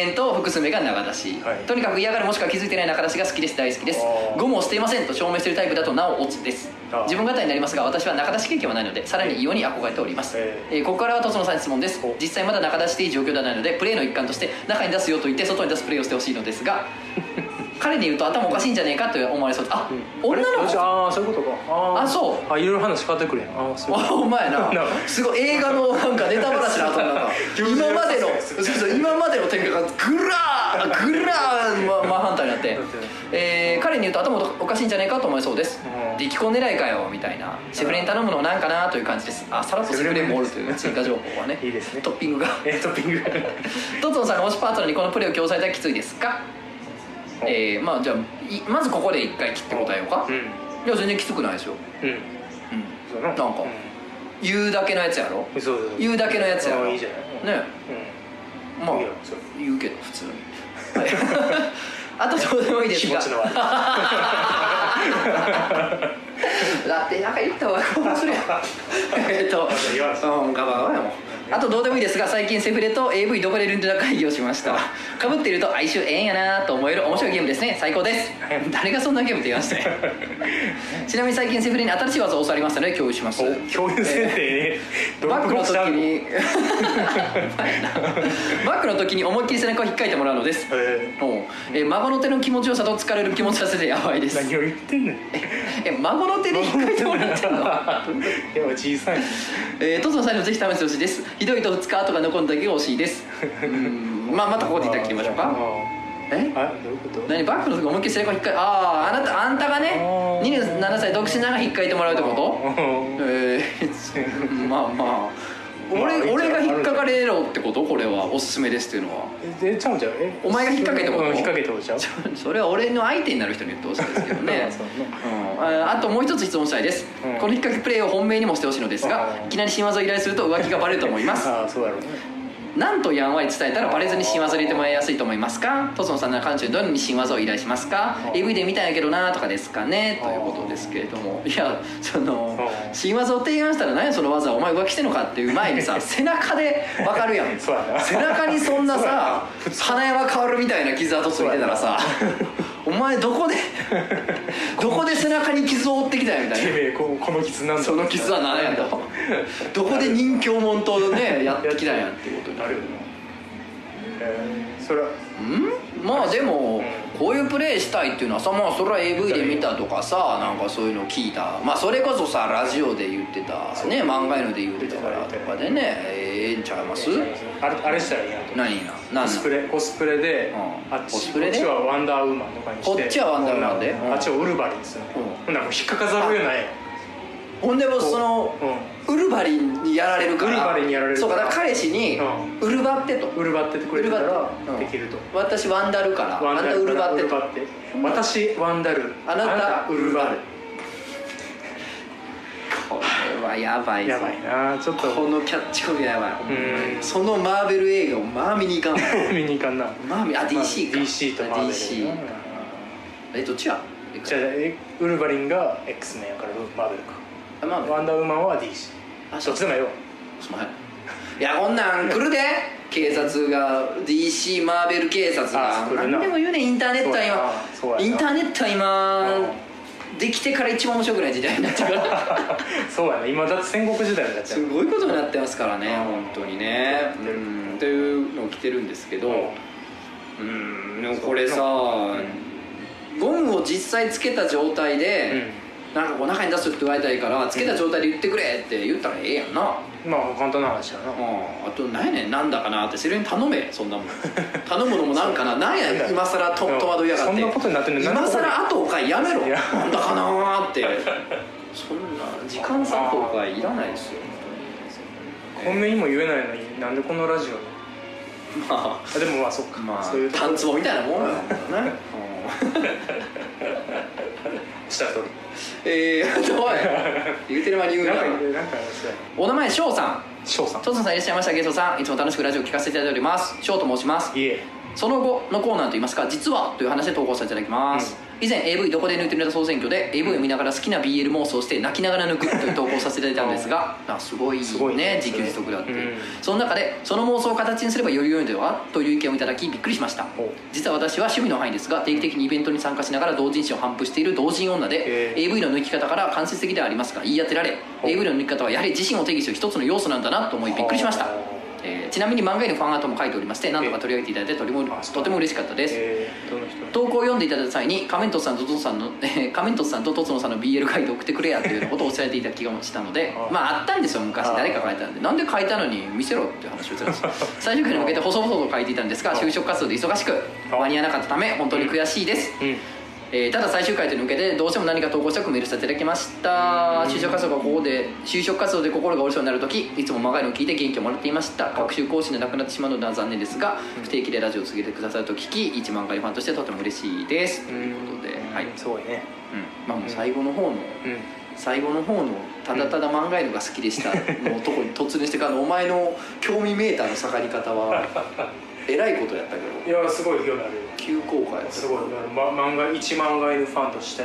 [SPEAKER 1] 延々と複数目が中出し、
[SPEAKER 2] はい
[SPEAKER 1] とにかく嫌がるもしくは気づいてない中出しが好きです大好きです
[SPEAKER 2] あー
[SPEAKER 1] ゴムを捨ていませんと証明しているタイプだとなおオツです
[SPEAKER 2] あー
[SPEAKER 1] 自分語りになりますが私は中出し経験はないのでさらに異様に憧れております、
[SPEAKER 2] え
[SPEAKER 1] えーここからはとつのさんに質問です
[SPEAKER 2] お
[SPEAKER 1] 実際まだ中出していい状況ではないのでプレーの一環として中に出すよと言って外に出すプレーをしてほしいのですが彼に言うと頭おかしいんじゃねえかと思われそうですあ、女の 子
[SPEAKER 2] ああそういうことかあ
[SPEAKER 1] あそう
[SPEAKER 2] あいろいろ話変わってくるやんあそういうこ
[SPEAKER 1] あお前な
[SPEAKER 2] な
[SPEAKER 1] すごい映画のなんかネタ話の後の なんか
[SPEAKER 2] 行事の
[SPEAKER 1] 今までの
[SPEAKER 2] やつ
[SPEAKER 1] そうそう今までの展開がぐらーぐらーま真反対になって
[SPEAKER 2] だって、
[SPEAKER 1] えー彼に言うと頭おかしいんじゃないかと思いそうです
[SPEAKER 2] うん
[SPEAKER 1] 出来婚狙いかよみたいなセフレに頼むのもなんかなという感じですあさらっとセフレもおるという追加情報はね
[SPEAKER 2] いいですね
[SPEAKER 1] トッピングが
[SPEAKER 2] とえー、トッピ ング
[SPEAKER 1] トトンさんが推しパートナーにこのプレーを強制されたらきついですか
[SPEAKER 2] お
[SPEAKER 1] えー、まあじゃあいまずここで一回切って答えようか、
[SPEAKER 2] うん
[SPEAKER 1] いや全然きつくないですよ、
[SPEAKER 2] うん
[SPEAKER 1] うん、
[SPEAKER 2] そうやな
[SPEAKER 1] なんか言うだけのやつやろ
[SPEAKER 2] うんそうそうそう
[SPEAKER 1] 言うだけのやつやろ
[SPEAKER 2] あいいじゃない
[SPEAKER 1] ね
[SPEAKER 2] うん
[SPEAKER 1] まあ
[SPEAKER 2] いいよそれ
[SPEAKER 1] 言うけど普通に あとどうでもいいですが
[SPEAKER 2] 気持ちの悪い
[SPEAKER 1] だってなんか言った方が面白いやん えっと
[SPEAKER 2] 言わないです
[SPEAKER 1] うんガバガバやもんあとどうでもいいですが最近セフレと AV ドブレルンジュラ会議をしましたかぶっていると哀愁ええんやなと思える面白いゲームですね最高です
[SPEAKER 2] はい
[SPEAKER 1] 誰がそんなゲームって言いましたね ちなみに最近セフレに新しい技を教わりましたので共有します
[SPEAKER 2] お共有選定にド ロ
[SPEAKER 1] バッ
[SPEAKER 2] ッ
[SPEAKER 1] ク
[SPEAKER 2] プ
[SPEAKER 1] の
[SPEAKER 2] ボ
[SPEAKER 1] 時
[SPEAKER 2] スタンド
[SPEAKER 1] にバックの時に思いっきり背中を引っかいてもらうのです
[SPEAKER 2] え
[SPEAKER 1] おうえー孫の手の気持ちよさと疲れる気持ちよさでやばいで
[SPEAKER 2] ー
[SPEAKER 1] す
[SPEAKER 2] 何を言ってんねん
[SPEAKER 1] え孫の手で引っかいてもらってんの
[SPEAKER 2] や ばい小さい
[SPEAKER 1] えー、トツの際にもぜひ試してほしいですひどいと2日後が残るだけが惜しいですうーんまあまたここでいただきましょう
[SPEAKER 2] あ
[SPEAKER 1] かえ
[SPEAKER 2] あどういうこと
[SPEAKER 1] 何バックの時思いっきり背中を引っかいあああなたあんたがね
[SPEAKER 2] あー
[SPEAKER 1] 27歳独身ながら引っかいてもらうってこと
[SPEAKER 2] と
[SPEAKER 1] えー、まあまあ俺,、
[SPEAKER 2] まあ
[SPEAKER 1] 俺が引っかかれろってことこれはおすすめですっていうのは
[SPEAKER 2] えちゃうんちゃうえ
[SPEAKER 1] お前が引っ掛けてこと
[SPEAKER 2] うん引っ掛けてことちゃう
[SPEAKER 1] ちょそれは俺の相手になる人に言ってほしいですけどね
[SPEAKER 2] そう
[SPEAKER 1] うんああともう一つ質問したいです、
[SPEAKER 2] うん
[SPEAKER 1] この引っ掛けプレイを本命にもしてほしいのですが
[SPEAKER 2] うん
[SPEAKER 1] いきなり新技を依頼すると浮気がバレると思います
[SPEAKER 2] ああそうやろうね
[SPEAKER 1] なんとやんわり伝えたらバレずに新技を入れてもらいやすいと思いますかトツノさんなら彼女にどのように新技を依頼しますか
[SPEAKER 2] うん
[SPEAKER 1] AV で見たんやけどなとかですかねということですけれどもいやその
[SPEAKER 2] うん
[SPEAKER 1] 新技を提案したら何やその技お前浮気してんのかっていう前 にさ背中で分かるやん
[SPEAKER 2] そうやな
[SPEAKER 1] 背中にそんな
[SPEAKER 2] そうやな
[SPEAKER 1] さ花山薫みたいな傷跡ついてたら さお前どこでどこで背中に傷を負ってきたよみたい
[SPEAKER 2] て
[SPEAKER 1] な
[SPEAKER 2] めえここの傷なんだ
[SPEAKER 1] その傷は何やとどこで任侠門とねやってきたんやっていうことにな
[SPEAKER 2] な
[SPEAKER 1] る
[SPEAKER 2] るよなえーそれは
[SPEAKER 1] うんまあでもこういうプレイしたいっていうのはさまあそれは AV で見たとかさなんかそういうの聞いたまあそれこそさラジオで言ってたね漫画ので言ってたからとかでねええんちゃいます
[SPEAKER 2] あれあれしたらいいやと
[SPEAKER 1] 何な何な
[SPEAKER 2] コスプレコスプレで
[SPEAKER 1] うん
[SPEAKER 2] あっ
[SPEAKER 1] コ
[SPEAKER 2] ち
[SPEAKER 1] ス
[SPEAKER 2] こ
[SPEAKER 1] プレ
[SPEAKER 2] っ
[SPEAKER 1] で
[SPEAKER 2] ちはワンダーウーマンとかにし
[SPEAKER 1] こ
[SPEAKER 2] て
[SPEAKER 1] っちはワンダーウーマンで
[SPEAKER 2] 女の子
[SPEAKER 1] うん
[SPEAKER 2] あっちはウルバリンですよね
[SPEAKER 1] うん
[SPEAKER 2] ほんならもう引っかかざるを得ない
[SPEAKER 1] ほんでもそのウルヴァリンにやられるから
[SPEAKER 2] ウルヴァリンにやられる
[SPEAKER 1] そ
[SPEAKER 2] か
[SPEAKER 1] う
[SPEAKER 2] ら
[SPEAKER 1] かだから彼氏に
[SPEAKER 2] うん
[SPEAKER 1] ウルヴァってと
[SPEAKER 2] ウルバっててくれてたら
[SPEAKER 1] うん
[SPEAKER 2] できると
[SPEAKER 1] 私ワンダルからあなたウルヴァってと
[SPEAKER 2] って私ワンダル
[SPEAKER 1] あなた
[SPEAKER 2] ウルバル
[SPEAKER 1] これはやばいぞ
[SPEAKER 2] やばいなちょっと
[SPEAKER 1] このキャッチコピーやば
[SPEAKER 2] う
[SPEAKER 1] い
[SPEAKER 2] ん
[SPEAKER 1] そのマーベル映画をまあ見に行かん
[SPEAKER 2] 見に行かんな
[SPEAKER 1] マーベルあ DC か
[SPEAKER 2] まあ DC とマーベル
[SPEAKER 1] DC
[SPEAKER 2] うん
[SPEAKER 1] えどっちや
[SPEAKER 2] じゃあえウルバリンが X メンやからマーベルか
[SPEAKER 1] あマーベル
[SPEAKER 2] ワンダーウーマンは DC
[SPEAKER 1] あ
[SPEAKER 2] どっちでもよ
[SPEAKER 1] すまんいやこんなん来るで警察が DC マーベル警察が
[SPEAKER 2] あ来るな
[SPEAKER 1] 何でも言うねインターネットは
[SPEAKER 2] そう
[SPEAKER 1] 今
[SPEAKER 2] やなそうやな
[SPEAKER 1] インターネットは今できてから一番面白くない時代になっちゃうから
[SPEAKER 2] そうやな今だって戦国時代になっちゃう
[SPEAKER 1] すごいことになってますからね
[SPEAKER 2] うん
[SPEAKER 1] 本当にねうんというのを着てるんですけどうんでもこれさゴムを実際つけた状態
[SPEAKER 2] う
[SPEAKER 1] で
[SPEAKER 2] ん
[SPEAKER 1] なんかこう中に出すって言われたいからつけた状態で言ってくれって言ったらええやんな
[SPEAKER 2] まあ簡単な話やな
[SPEAKER 1] うんあと何やねんなんだかなってセルに頼めそん なもん頼むのもなんかななんや今更と
[SPEAKER 2] うん
[SPEAKER 1] 戸惑いやがって
[SPEAKER 2] そんなことになってんの
[SPEAKER 1] 今更後かいやめろ
[SPEAKER 2] いや
[SPEAKER 1] なんだかなーって そんな時間差後かいらないですよ
[SPEAKER 2] 本命にも言えないのになんでこのラジオに
[SPEAKER 1] ま
[SPEAKER 2] あで もまあそっ
[SPEAKER 1] あ
[SPEAKER 2] か、
[SPEAKER 1] まあ
[SPEAKER 2] そういうとこ
[SPEAKER 1] 単壺みたいなもんよね
[SPEAKER 2] したと
[SPEAKER 1] えーどう や言うてる間に言う
[SPEAKER 2] なん
[SPEAKER 1] な
[SPEAKER 2] かなんかそうや
[SPEAKER 1] お名前翔さん
[SPEAKER 2] 翔さん
[SPEAKER 1] トツノさんいらっしゃいましたゲストさんいつも楽しくラジオ聞かせていただいております翔と申します
[SPEAKER 2] いえ
[SPEAKER 1] その後のコーナーといいますか実はという話で投稿させていただきます、以前 AV どこで抜いてるネタ総選挙で AV を見ながら好きな BL 妄想をして泣きながら抜くという投稿をさせていただいたんですがあすごいね
[SPEAKER 2] すごいね
[SPEAKER 1] 自給自足だって、
[SPEAKER 2] うん
[SPEAKER 1] その中でその妄想を形にすればより良いのではという意見をいただきびっくりしました
[SPEAKER 2] お
[SPEAKER 1] 実は私は趣味の範囲ですが定期的にイベントに参加しながら同人誌を頒布している同人女で
[SPEAKER 2] へえ
[SPEAKER 1] AV の抜き方から間接的ではありますが言い当てられ
[SPEAKER 2] お
[SPEAKER 1] AV の抜き方はやはり自身を定義する一つの要素なんだなと思いびっくりしましたえーちなみに漫画へのファンアートも書いておりまして何度か取り上げていただいてとても
[SPEAKER 2] あそう
[SPEAKER 1] とても嬉しかったです、
[SPEAKER 2] えー、どの人
[SPEAKER 1] 投稿を読んでいただいた際に仮面凸さんとトツノさんの、えー仮面凸さんとトツノさんの BL 回で送ってくれやというようなことをおっしゃられていた気がしたので
[SPEAKER 2] ああ
[SPEAKER 1] まああったんですよ昔
[SPEAKER 2] ああ
[SPEAKER 1] 誰か書いたんでなんで書いたのに見せろって話をしてたんです最終回に向けて細々と書いていたんですが就職活動で忙しく
[SPEAKER 2] あ
[SPEAKER 1] 間に合わなかったため本当に悔しいです、
[SPEAKER 2] うん
[SPEAKER 1] えーただ最終回というのを受けてどうしても何か投稿したくメールさせていただきました就職活動がここで就職活動で心が折れそうになる時いつも長いのを聞いて元気をもらっていました各種更新でなくなってしまうのでは残念ですが不定期でラジオを続けてくださると聞き一万回ファンとしてとても嬉しいですということで、はい、うん
[SPEAKER 2] すごいね
[SPEAKER 1] まあ、もう最後の方の
[SPEAKER 2] うん
[SPEAKER 1] 最後の方のただただ漫画犬が好きでしたのとこに突入してからのお前の興味メーターの下がり方 はえらいことやったけ
[SPEAKER 2] い
[SPEAKER 1] ど
[SPEAKER 2] やすごいよなる
[SPEAKER 1] 急降下やった
[SPEAKER 2] すごい、ま、漫画一漫画犬ファンとして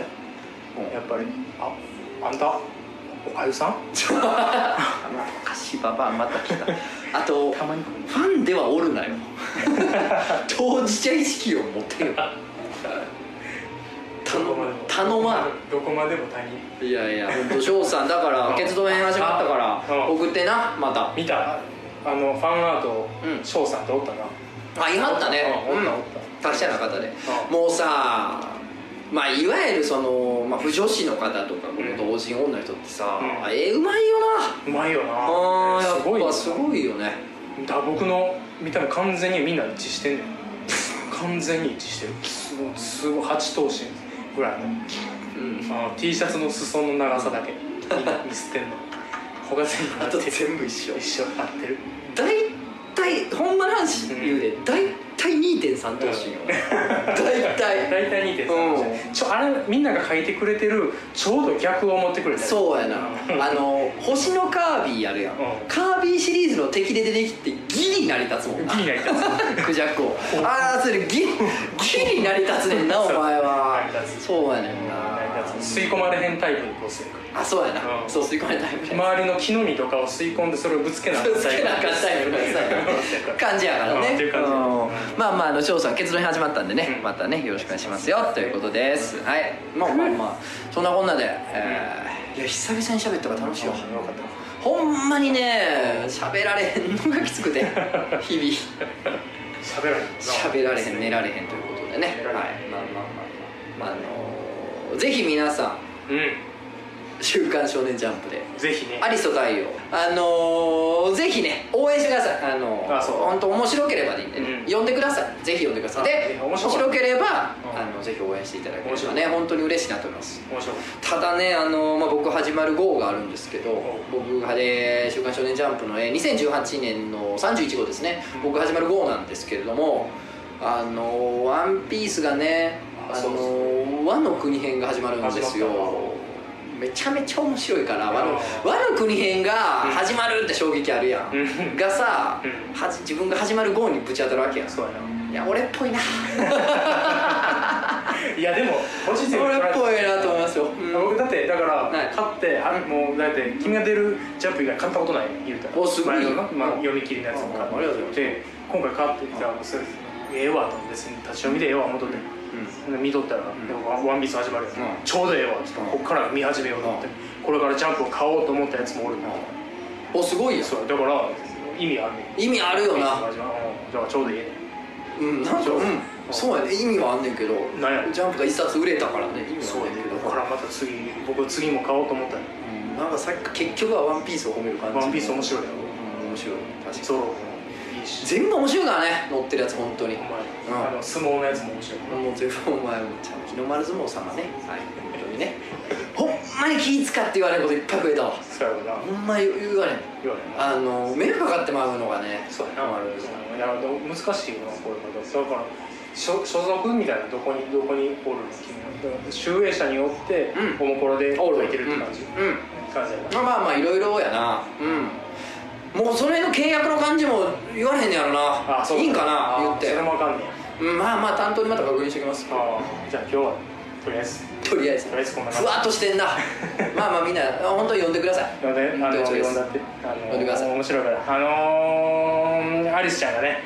[SPEAKER 1] うん
[SPEAKER 2] やっぱりああんたおかゆさん
[SPEAKER 1] あまあおかしいババアまた来 たあと
[SPEAKER 2] たまに
[SPEAKER 1] ファンではおるな よ当事者意識を持てよ頼
[SPEAKER 2] どこまでも
[SPEAKER 1] 頼まん
[SPEAKER 2] どこまでも他人
[SPEAKER 1] いやいや本当翔さんだからケツ止め始まったから
[SPEAKER 2] うん
[SPEAKER 1] 送ってなまた
[SPEAKER 2] 見たあのファンアート
[SPEAKER 1] うん
[SPEAKER 2] 翔、さんっておったな
[SPEAKER 1] あいはったね
[SPEAKER 2] うんおったおっ
[SPEAKER 1] 達者な方で
[SPEAKER 2] うん
[SPEAKER 1] もうさまあいわゆるその、まあ、不女子の方とかこ
[SPEAKER 2] うん
[SPEAKER 1] の同人女の人ってさ、
[SPEAKER 2] うん
[SPEAKER 1] えうまいよ
[SPEAKER 2] たうまいよ
[SPEAKER 1] な
[SPEAKER 2] な
[SPEAKER 1] あーやっ
[SPEAKER 2] すごいよ
[SPEAKER 1] ぱすごいよね
[SPEAKER 2] だ僕の見た目完全にみんな一致してんねん 完全に一致してるすごいすごい八頭身ぐらいの
[SPEAKER 1] うん
[SPEAKER 2] あの T シャツの裾の長さだけみんなミスってんの 他全部合
[SPEAKER 1] あ
[SPEAKER 2] って
[SPEAKER 1] と
[SPEAKER 2] る
[SPEAKER 1] 全部一緒
[SPEAKER 2] 一緒合ってる
[SPEAKER 1] 大体ほんまの話言うで大体2.3等身よね大 体
[SPEAKER 2] 大体2点
[SPEAKER 1] う
[SPEAKER 2] ちょあれみんなが書いてくれてるちょうど逆を持ってくれた
[SPEAKER 1] そうやなあの星のカービィあるやん
[SPEAKER 2] ん
[SPEAKER 1] カービィシリーズの敵で出てきてギリ成り立つもんな
[SPEAKER 2] 気になりた い
[SPEAKER 1] クジャクをああそれギリギリ成り立つ ねんなお前は
[SPEAKER 2] 成り立つ
[SPEAKER 1] そうやねんな
[SPEAKER 2] 吸い込まれへんタイプの構成
[SPEAKER 1] あそうやな
[SPEAKER 2] うん
[SPEAKER 1] そう吸い込まれたタイプや
[SPEAKER 2] 周りの木の実とかを吸い込んでそれをぶつけ なあかん
[SPEAKER 1] つけなかったタイプのさ感じやから
[SPEAKER 2] うん
[SPEAKER 1] ね
[SPEAKER 2] っていう感じ
[SPEAKER 1] うんまあまああの翔さん結論始まったんでね
[SPEAKER 2] うん
[SPEAKER 1] またねよろしくお願いしますよということですはいまあまあまあそんなこんなでえーいや久々に喋ったから楽しいわ
[SPEAKER 2] よかった
[SPEAKER 1] ほんまにね喋られへんのがきつ くて日々
[SPEAKER 2] 喋られへんな
[SPEAKER 1] 喋られへん寝られへんということでね
[SPEAKER 2] 寝
[SPEAKER 1] はいま
[SPEAKER 2] られへん
[SPEAKER 1] あまあまあまあ、まあ、あのーぜひ皆さん「週刊少年ジャンプ」で
[SPEAKER 2] うんぜひね
[SPEAKER 1] アリスト太陽あのーぜひね応援してくださいあのー
[SPEAKER 2] あそう
[SPEAKER 1] 本当面白ければでいいんで、ね
[SPEAKER 2] うん
[SPEAKER 1] 呼んでくださいぜひ呼んでくださいで
[SPEAKER 2] あ
[SPEAKER 1] 面
[SPEAKER 2] 面白い
[SPEAKER 1] 白ければ、
[SPEAKER 2] うん
[SPEAKER 1] あのぜひ応援していただけれ
[SPEAKER 2] 面
[SPEAKER 1] ば
[SPEAKER 2] 白
[SPEAKER 1] ね
[SPEAKER 2] い
[SPEAKER 1] 本当に嬉しいなと思います
[SPEAKER 2] 面白かった
[SPEAKER 1] だね、あのまあ、僕始まる号があるんですけど僕がで「週刊少年ジャンプ」のえー2018年の31号ですね僕始まる号なんですけれどもあの「ワンピースがね
[SPEAKER 2] あ
[SPEAKER 1] あ
[SPEAKER 2] そうそ
[SPEAKER 1] の和の国編が始まるんですよ
[SPEAKER 2] 始まったわ
[SPEAKER 1] めちゃめちゃ面白いから和の
[SPEAKER 2] あー
[SPEAKER 1] 和の国編が始まるって衝撃あるやん、
[SPEAKER 2] うん
[SPEAKER 1] がさ、
[SPEAKER 2] うん
[SPEAKER 1] はじ自分が始まる号にぶち当たるわけやん
[SPEAKER 2] そうやない
[SPEAKER 1] や俺っぽ いな
[SPEAKER 2] いやでもポジティブ
[SPEAKER 1] 俺
[SPEAKER 2] に
[SPEAKER 1] っ
[SPEAKER 2] 捉えて
[SPEAKER 1] ぽいなと思いますよ、うん
[SPEAKER 2] 僕だってだから
[SPEAKER 1] はい
[SPEAKER 2] 買ってあもうだって君が出るジャンプ以外買ったことない言うたら
[SPEAKER 1] おすごい
[SPEAKER 2] 前のなまあ
[SPEAKER 1] うん
[SPEAKER 2] 読み切りのやつも買
[SPEAKER 1] うんありがとうご
[SPEAKER 2] っ
[SPEAKER 1] ざい
[SPEAKER 2] て今回買ってじゃあそれええわと別に立ち読みでええわ戻って見とったら
[SPEAKER 1] ん
[SPEAKER 2] でもワンワンピース始まるやん
[SPEAKER 1] うん
[SPEAKER 2] ちょうどええわちょっ
[SPEAKER 1] うん
[SPEAKER 2] とこっから見始めようと思って
[SPEAKER 1] うん
[SPEAKER 2] これからジャンプを買おうと思ったやつもおる
[SPEAKER 1] おすごいやん
[SPEAKER 2] そうだから意味あるね
[SPEAKER 1] 意味あるよな
[SPEAKER 2] ワンピースの始まりうんだからちょうどいいね
[SPEAKER 1] うんなんか、、
[SPEAKER 2] そううん
[SPEAKER 1] そうやね意味はあんねんけど
[SPEAKER 2] なんや
[SPEAKER 1] ジャンプが一冊売れたからね意味
[SPEAKER 2] そ
[SPEAKER 1] は
[SPEAKER 2] う
[SPEAKER 1] あ
[SPEAKER 2] や
[SPEAKER 1] んね
[SPEAKER 2] ね
[SPEAKER 1] んけど
[SPEAKER 2] だからまた次僕次も買おうと思ったら
[SPEAKER 1] うんなんかさっき結局は「ワンピースを褒める感じ
[SPEAKER 2] ワンピース面白いよ
[SPEAKER 1] うん面白い確か
[SPEAKER 2] ゾ
[SPEAKER 1] に
[SPEAKER 2] ロもいいし
[SPEAKER 1] 全部面白いからね乗ってるやつ本当に
[SPEAKER 2] お
[SPEAKER 1] も
[SPEAKER 2] 前あの相撲のやつも面白いな
[SPEAKER 1] う全部お前もちゃんと日の丸相撲さんがねはい本当に ねほんまに気使って言われることいっぱい増えたわ
[SPEAKER 2] そうやろな
[SPEAKER 1] ほんま言われん
[SPEAKER 2] 言われる
[SPEAKER 1] あ
[SPEAKER 2] な
[SPEAKER 1] の迷惑かかってまうのがね
[SPEAKER 2] そうやな
[SPEAKER 1] 困る
[SPEAKER 2] いや難しいよなこういうことだから所所属みたいなどこにどこにおるの君はだから集英社によって
[SPEAKER 1] う
[SPEAKER 2] おもころで
[SPEAKER 1] お
[SPEAKER 2] 書いてるって感じ
[SPEAKER 1] うんうん
[SPEAKER 2] 感じやな
[SPEAKER 1] まあまあまあいろいろやなうんもうそれの契約の感じも言われへんねやろな
[SPEAKER 2] そう
[SPEAKER 1] いいんか
[SPEAKER 2] あ
[SPEAKER 1] な言っ
[SPEAKER 2] それも
[SPEAKER 1] て
[SPEAKER 2] わかんね
[SPEAKER 1] うんまあまあ担当にまた確認しておきます
[SPEAKER 2] えああじゃあ今日はとりあえず
[SPEAKER 1] とりあえず
[SPEAKER 2] とりあえずこんな感
[SPEAKER 1] ふ
[SPEAKER 2] じ
[SPEAKER 1] わっとして んなまあまあみんな本当に呼んでください
[SPEAKER 2] 呼んで、あの、
[SPEAKER 1] 本当に
[SPEAKER 2] 呼んだ
[SPEAKER 1] だ
[SPEAKER 2] って、あの、
[SPEAKER 1] 呼んでください
[SPEAKER 2] 面白いから、あのー、アリスちゃんがね。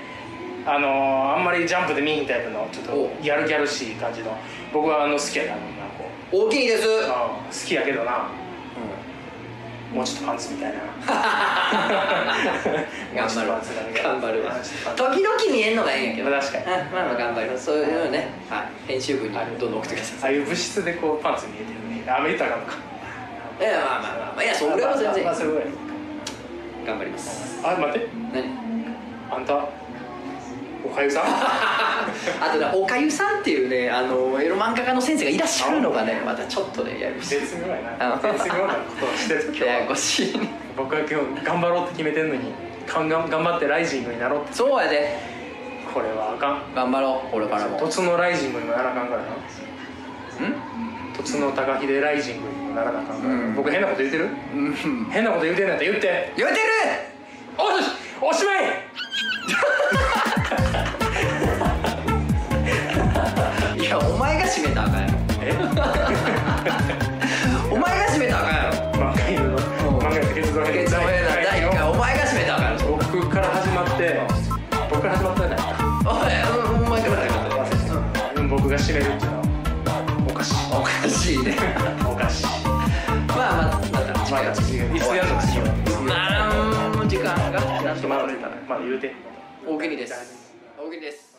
[SPEAKER 2] あのー、あんまりジャンプで見ひんタイプの、ちょっと
[SPEAKER 1] お、
[SPEAKER 2] やるギャルしい感じの。僕は、あの、好きやな、あの女の子。
[SPEAKER 1] 大きいです、 うん
[SPEAKER 2] あー好きやけどな、もうちょっとパンツみたいな。
[SPEAKER 1] 頑張るわ
[SPEAKER 2] もうちょっとパンツが見たい
[SPEAKER 1] 頑張るわ
[SPEAKER 2] もうちょっとパン
[SPEAKER 1] 時々見えんのがええんやけど
[SPEAKER 2] まあ確かに
[SPEAKER 1] うんまあまあ頑張りますそういうのね、はい、編集部にどんどん送ってくだ
[SPEAKER 2] ツ
[SPEAKER 1] さ
[SPEAKER 2] ああいう物質で、こう、パンツ見えてるね。あ、見たかもか。
[SPEAKER 1] いいやまあまあまあまあいやそれは全然
[SPEAKER 2] まあまあまあそれぐらい
[SPEAKER 1] 頑張ります
[SPEAKER 2] あ、待って、
[SPEAKER 1] 何
[SPEAKER 2] あんた。おかゆさん。
[SPEAKER 1] あとね、おかゆさんっていうね、あのエロ漫画家の先生がいらっしゃるのがね、またちょっとね、ややこしい。
[SPEAKER 2] 絶妙や
[SPEAKER 1] あ
[SPEAKER 2] な。絶妙なことをしてる、今日は。
[SPEAKER 1] ややこしいね。
[SPEAKER 2] 僕は今日頑張ろうって決めてんのにかんがん頑張ってライジングになろうって
[SPEAKER 1] そうやで、
[SPEAKER 2] これはあか
[SPEAKER 1] 頑張ろう、これから
[SPEAKER 2] ん
[SPEAKER 1] も。？
[SPEAKER 2] とつのライジングにもならあかんからなんとつの高秀ライジングにもならなあかんから、
[SPEAKER 1] うん
[SPEAKER 2] 僕変なこと言ってる
[SPEAKER 1] うん、
[SPEAKER 2] 変なこと言うてんだったら言って
[SPEAKER 1] 言うてる。
[SPEAKER 2] おしおしまいい
[SPEAKER 1] いや、お前が締めたらあかんや
[SPEAKER 2] え
[SPEAKER 1] ろ。お前が締めたらあかしいね
[SPEAKER 2] おかしい
[SPEAKER 1] まあまあまた
[SPEAKER 2] まだ時間いつやるの次は
[SPEAKER 1] まあ時間が
[SPEAKER 2] ちょっとまだまだ言うて
[SPEAKER 1] 大喜利です大喜利です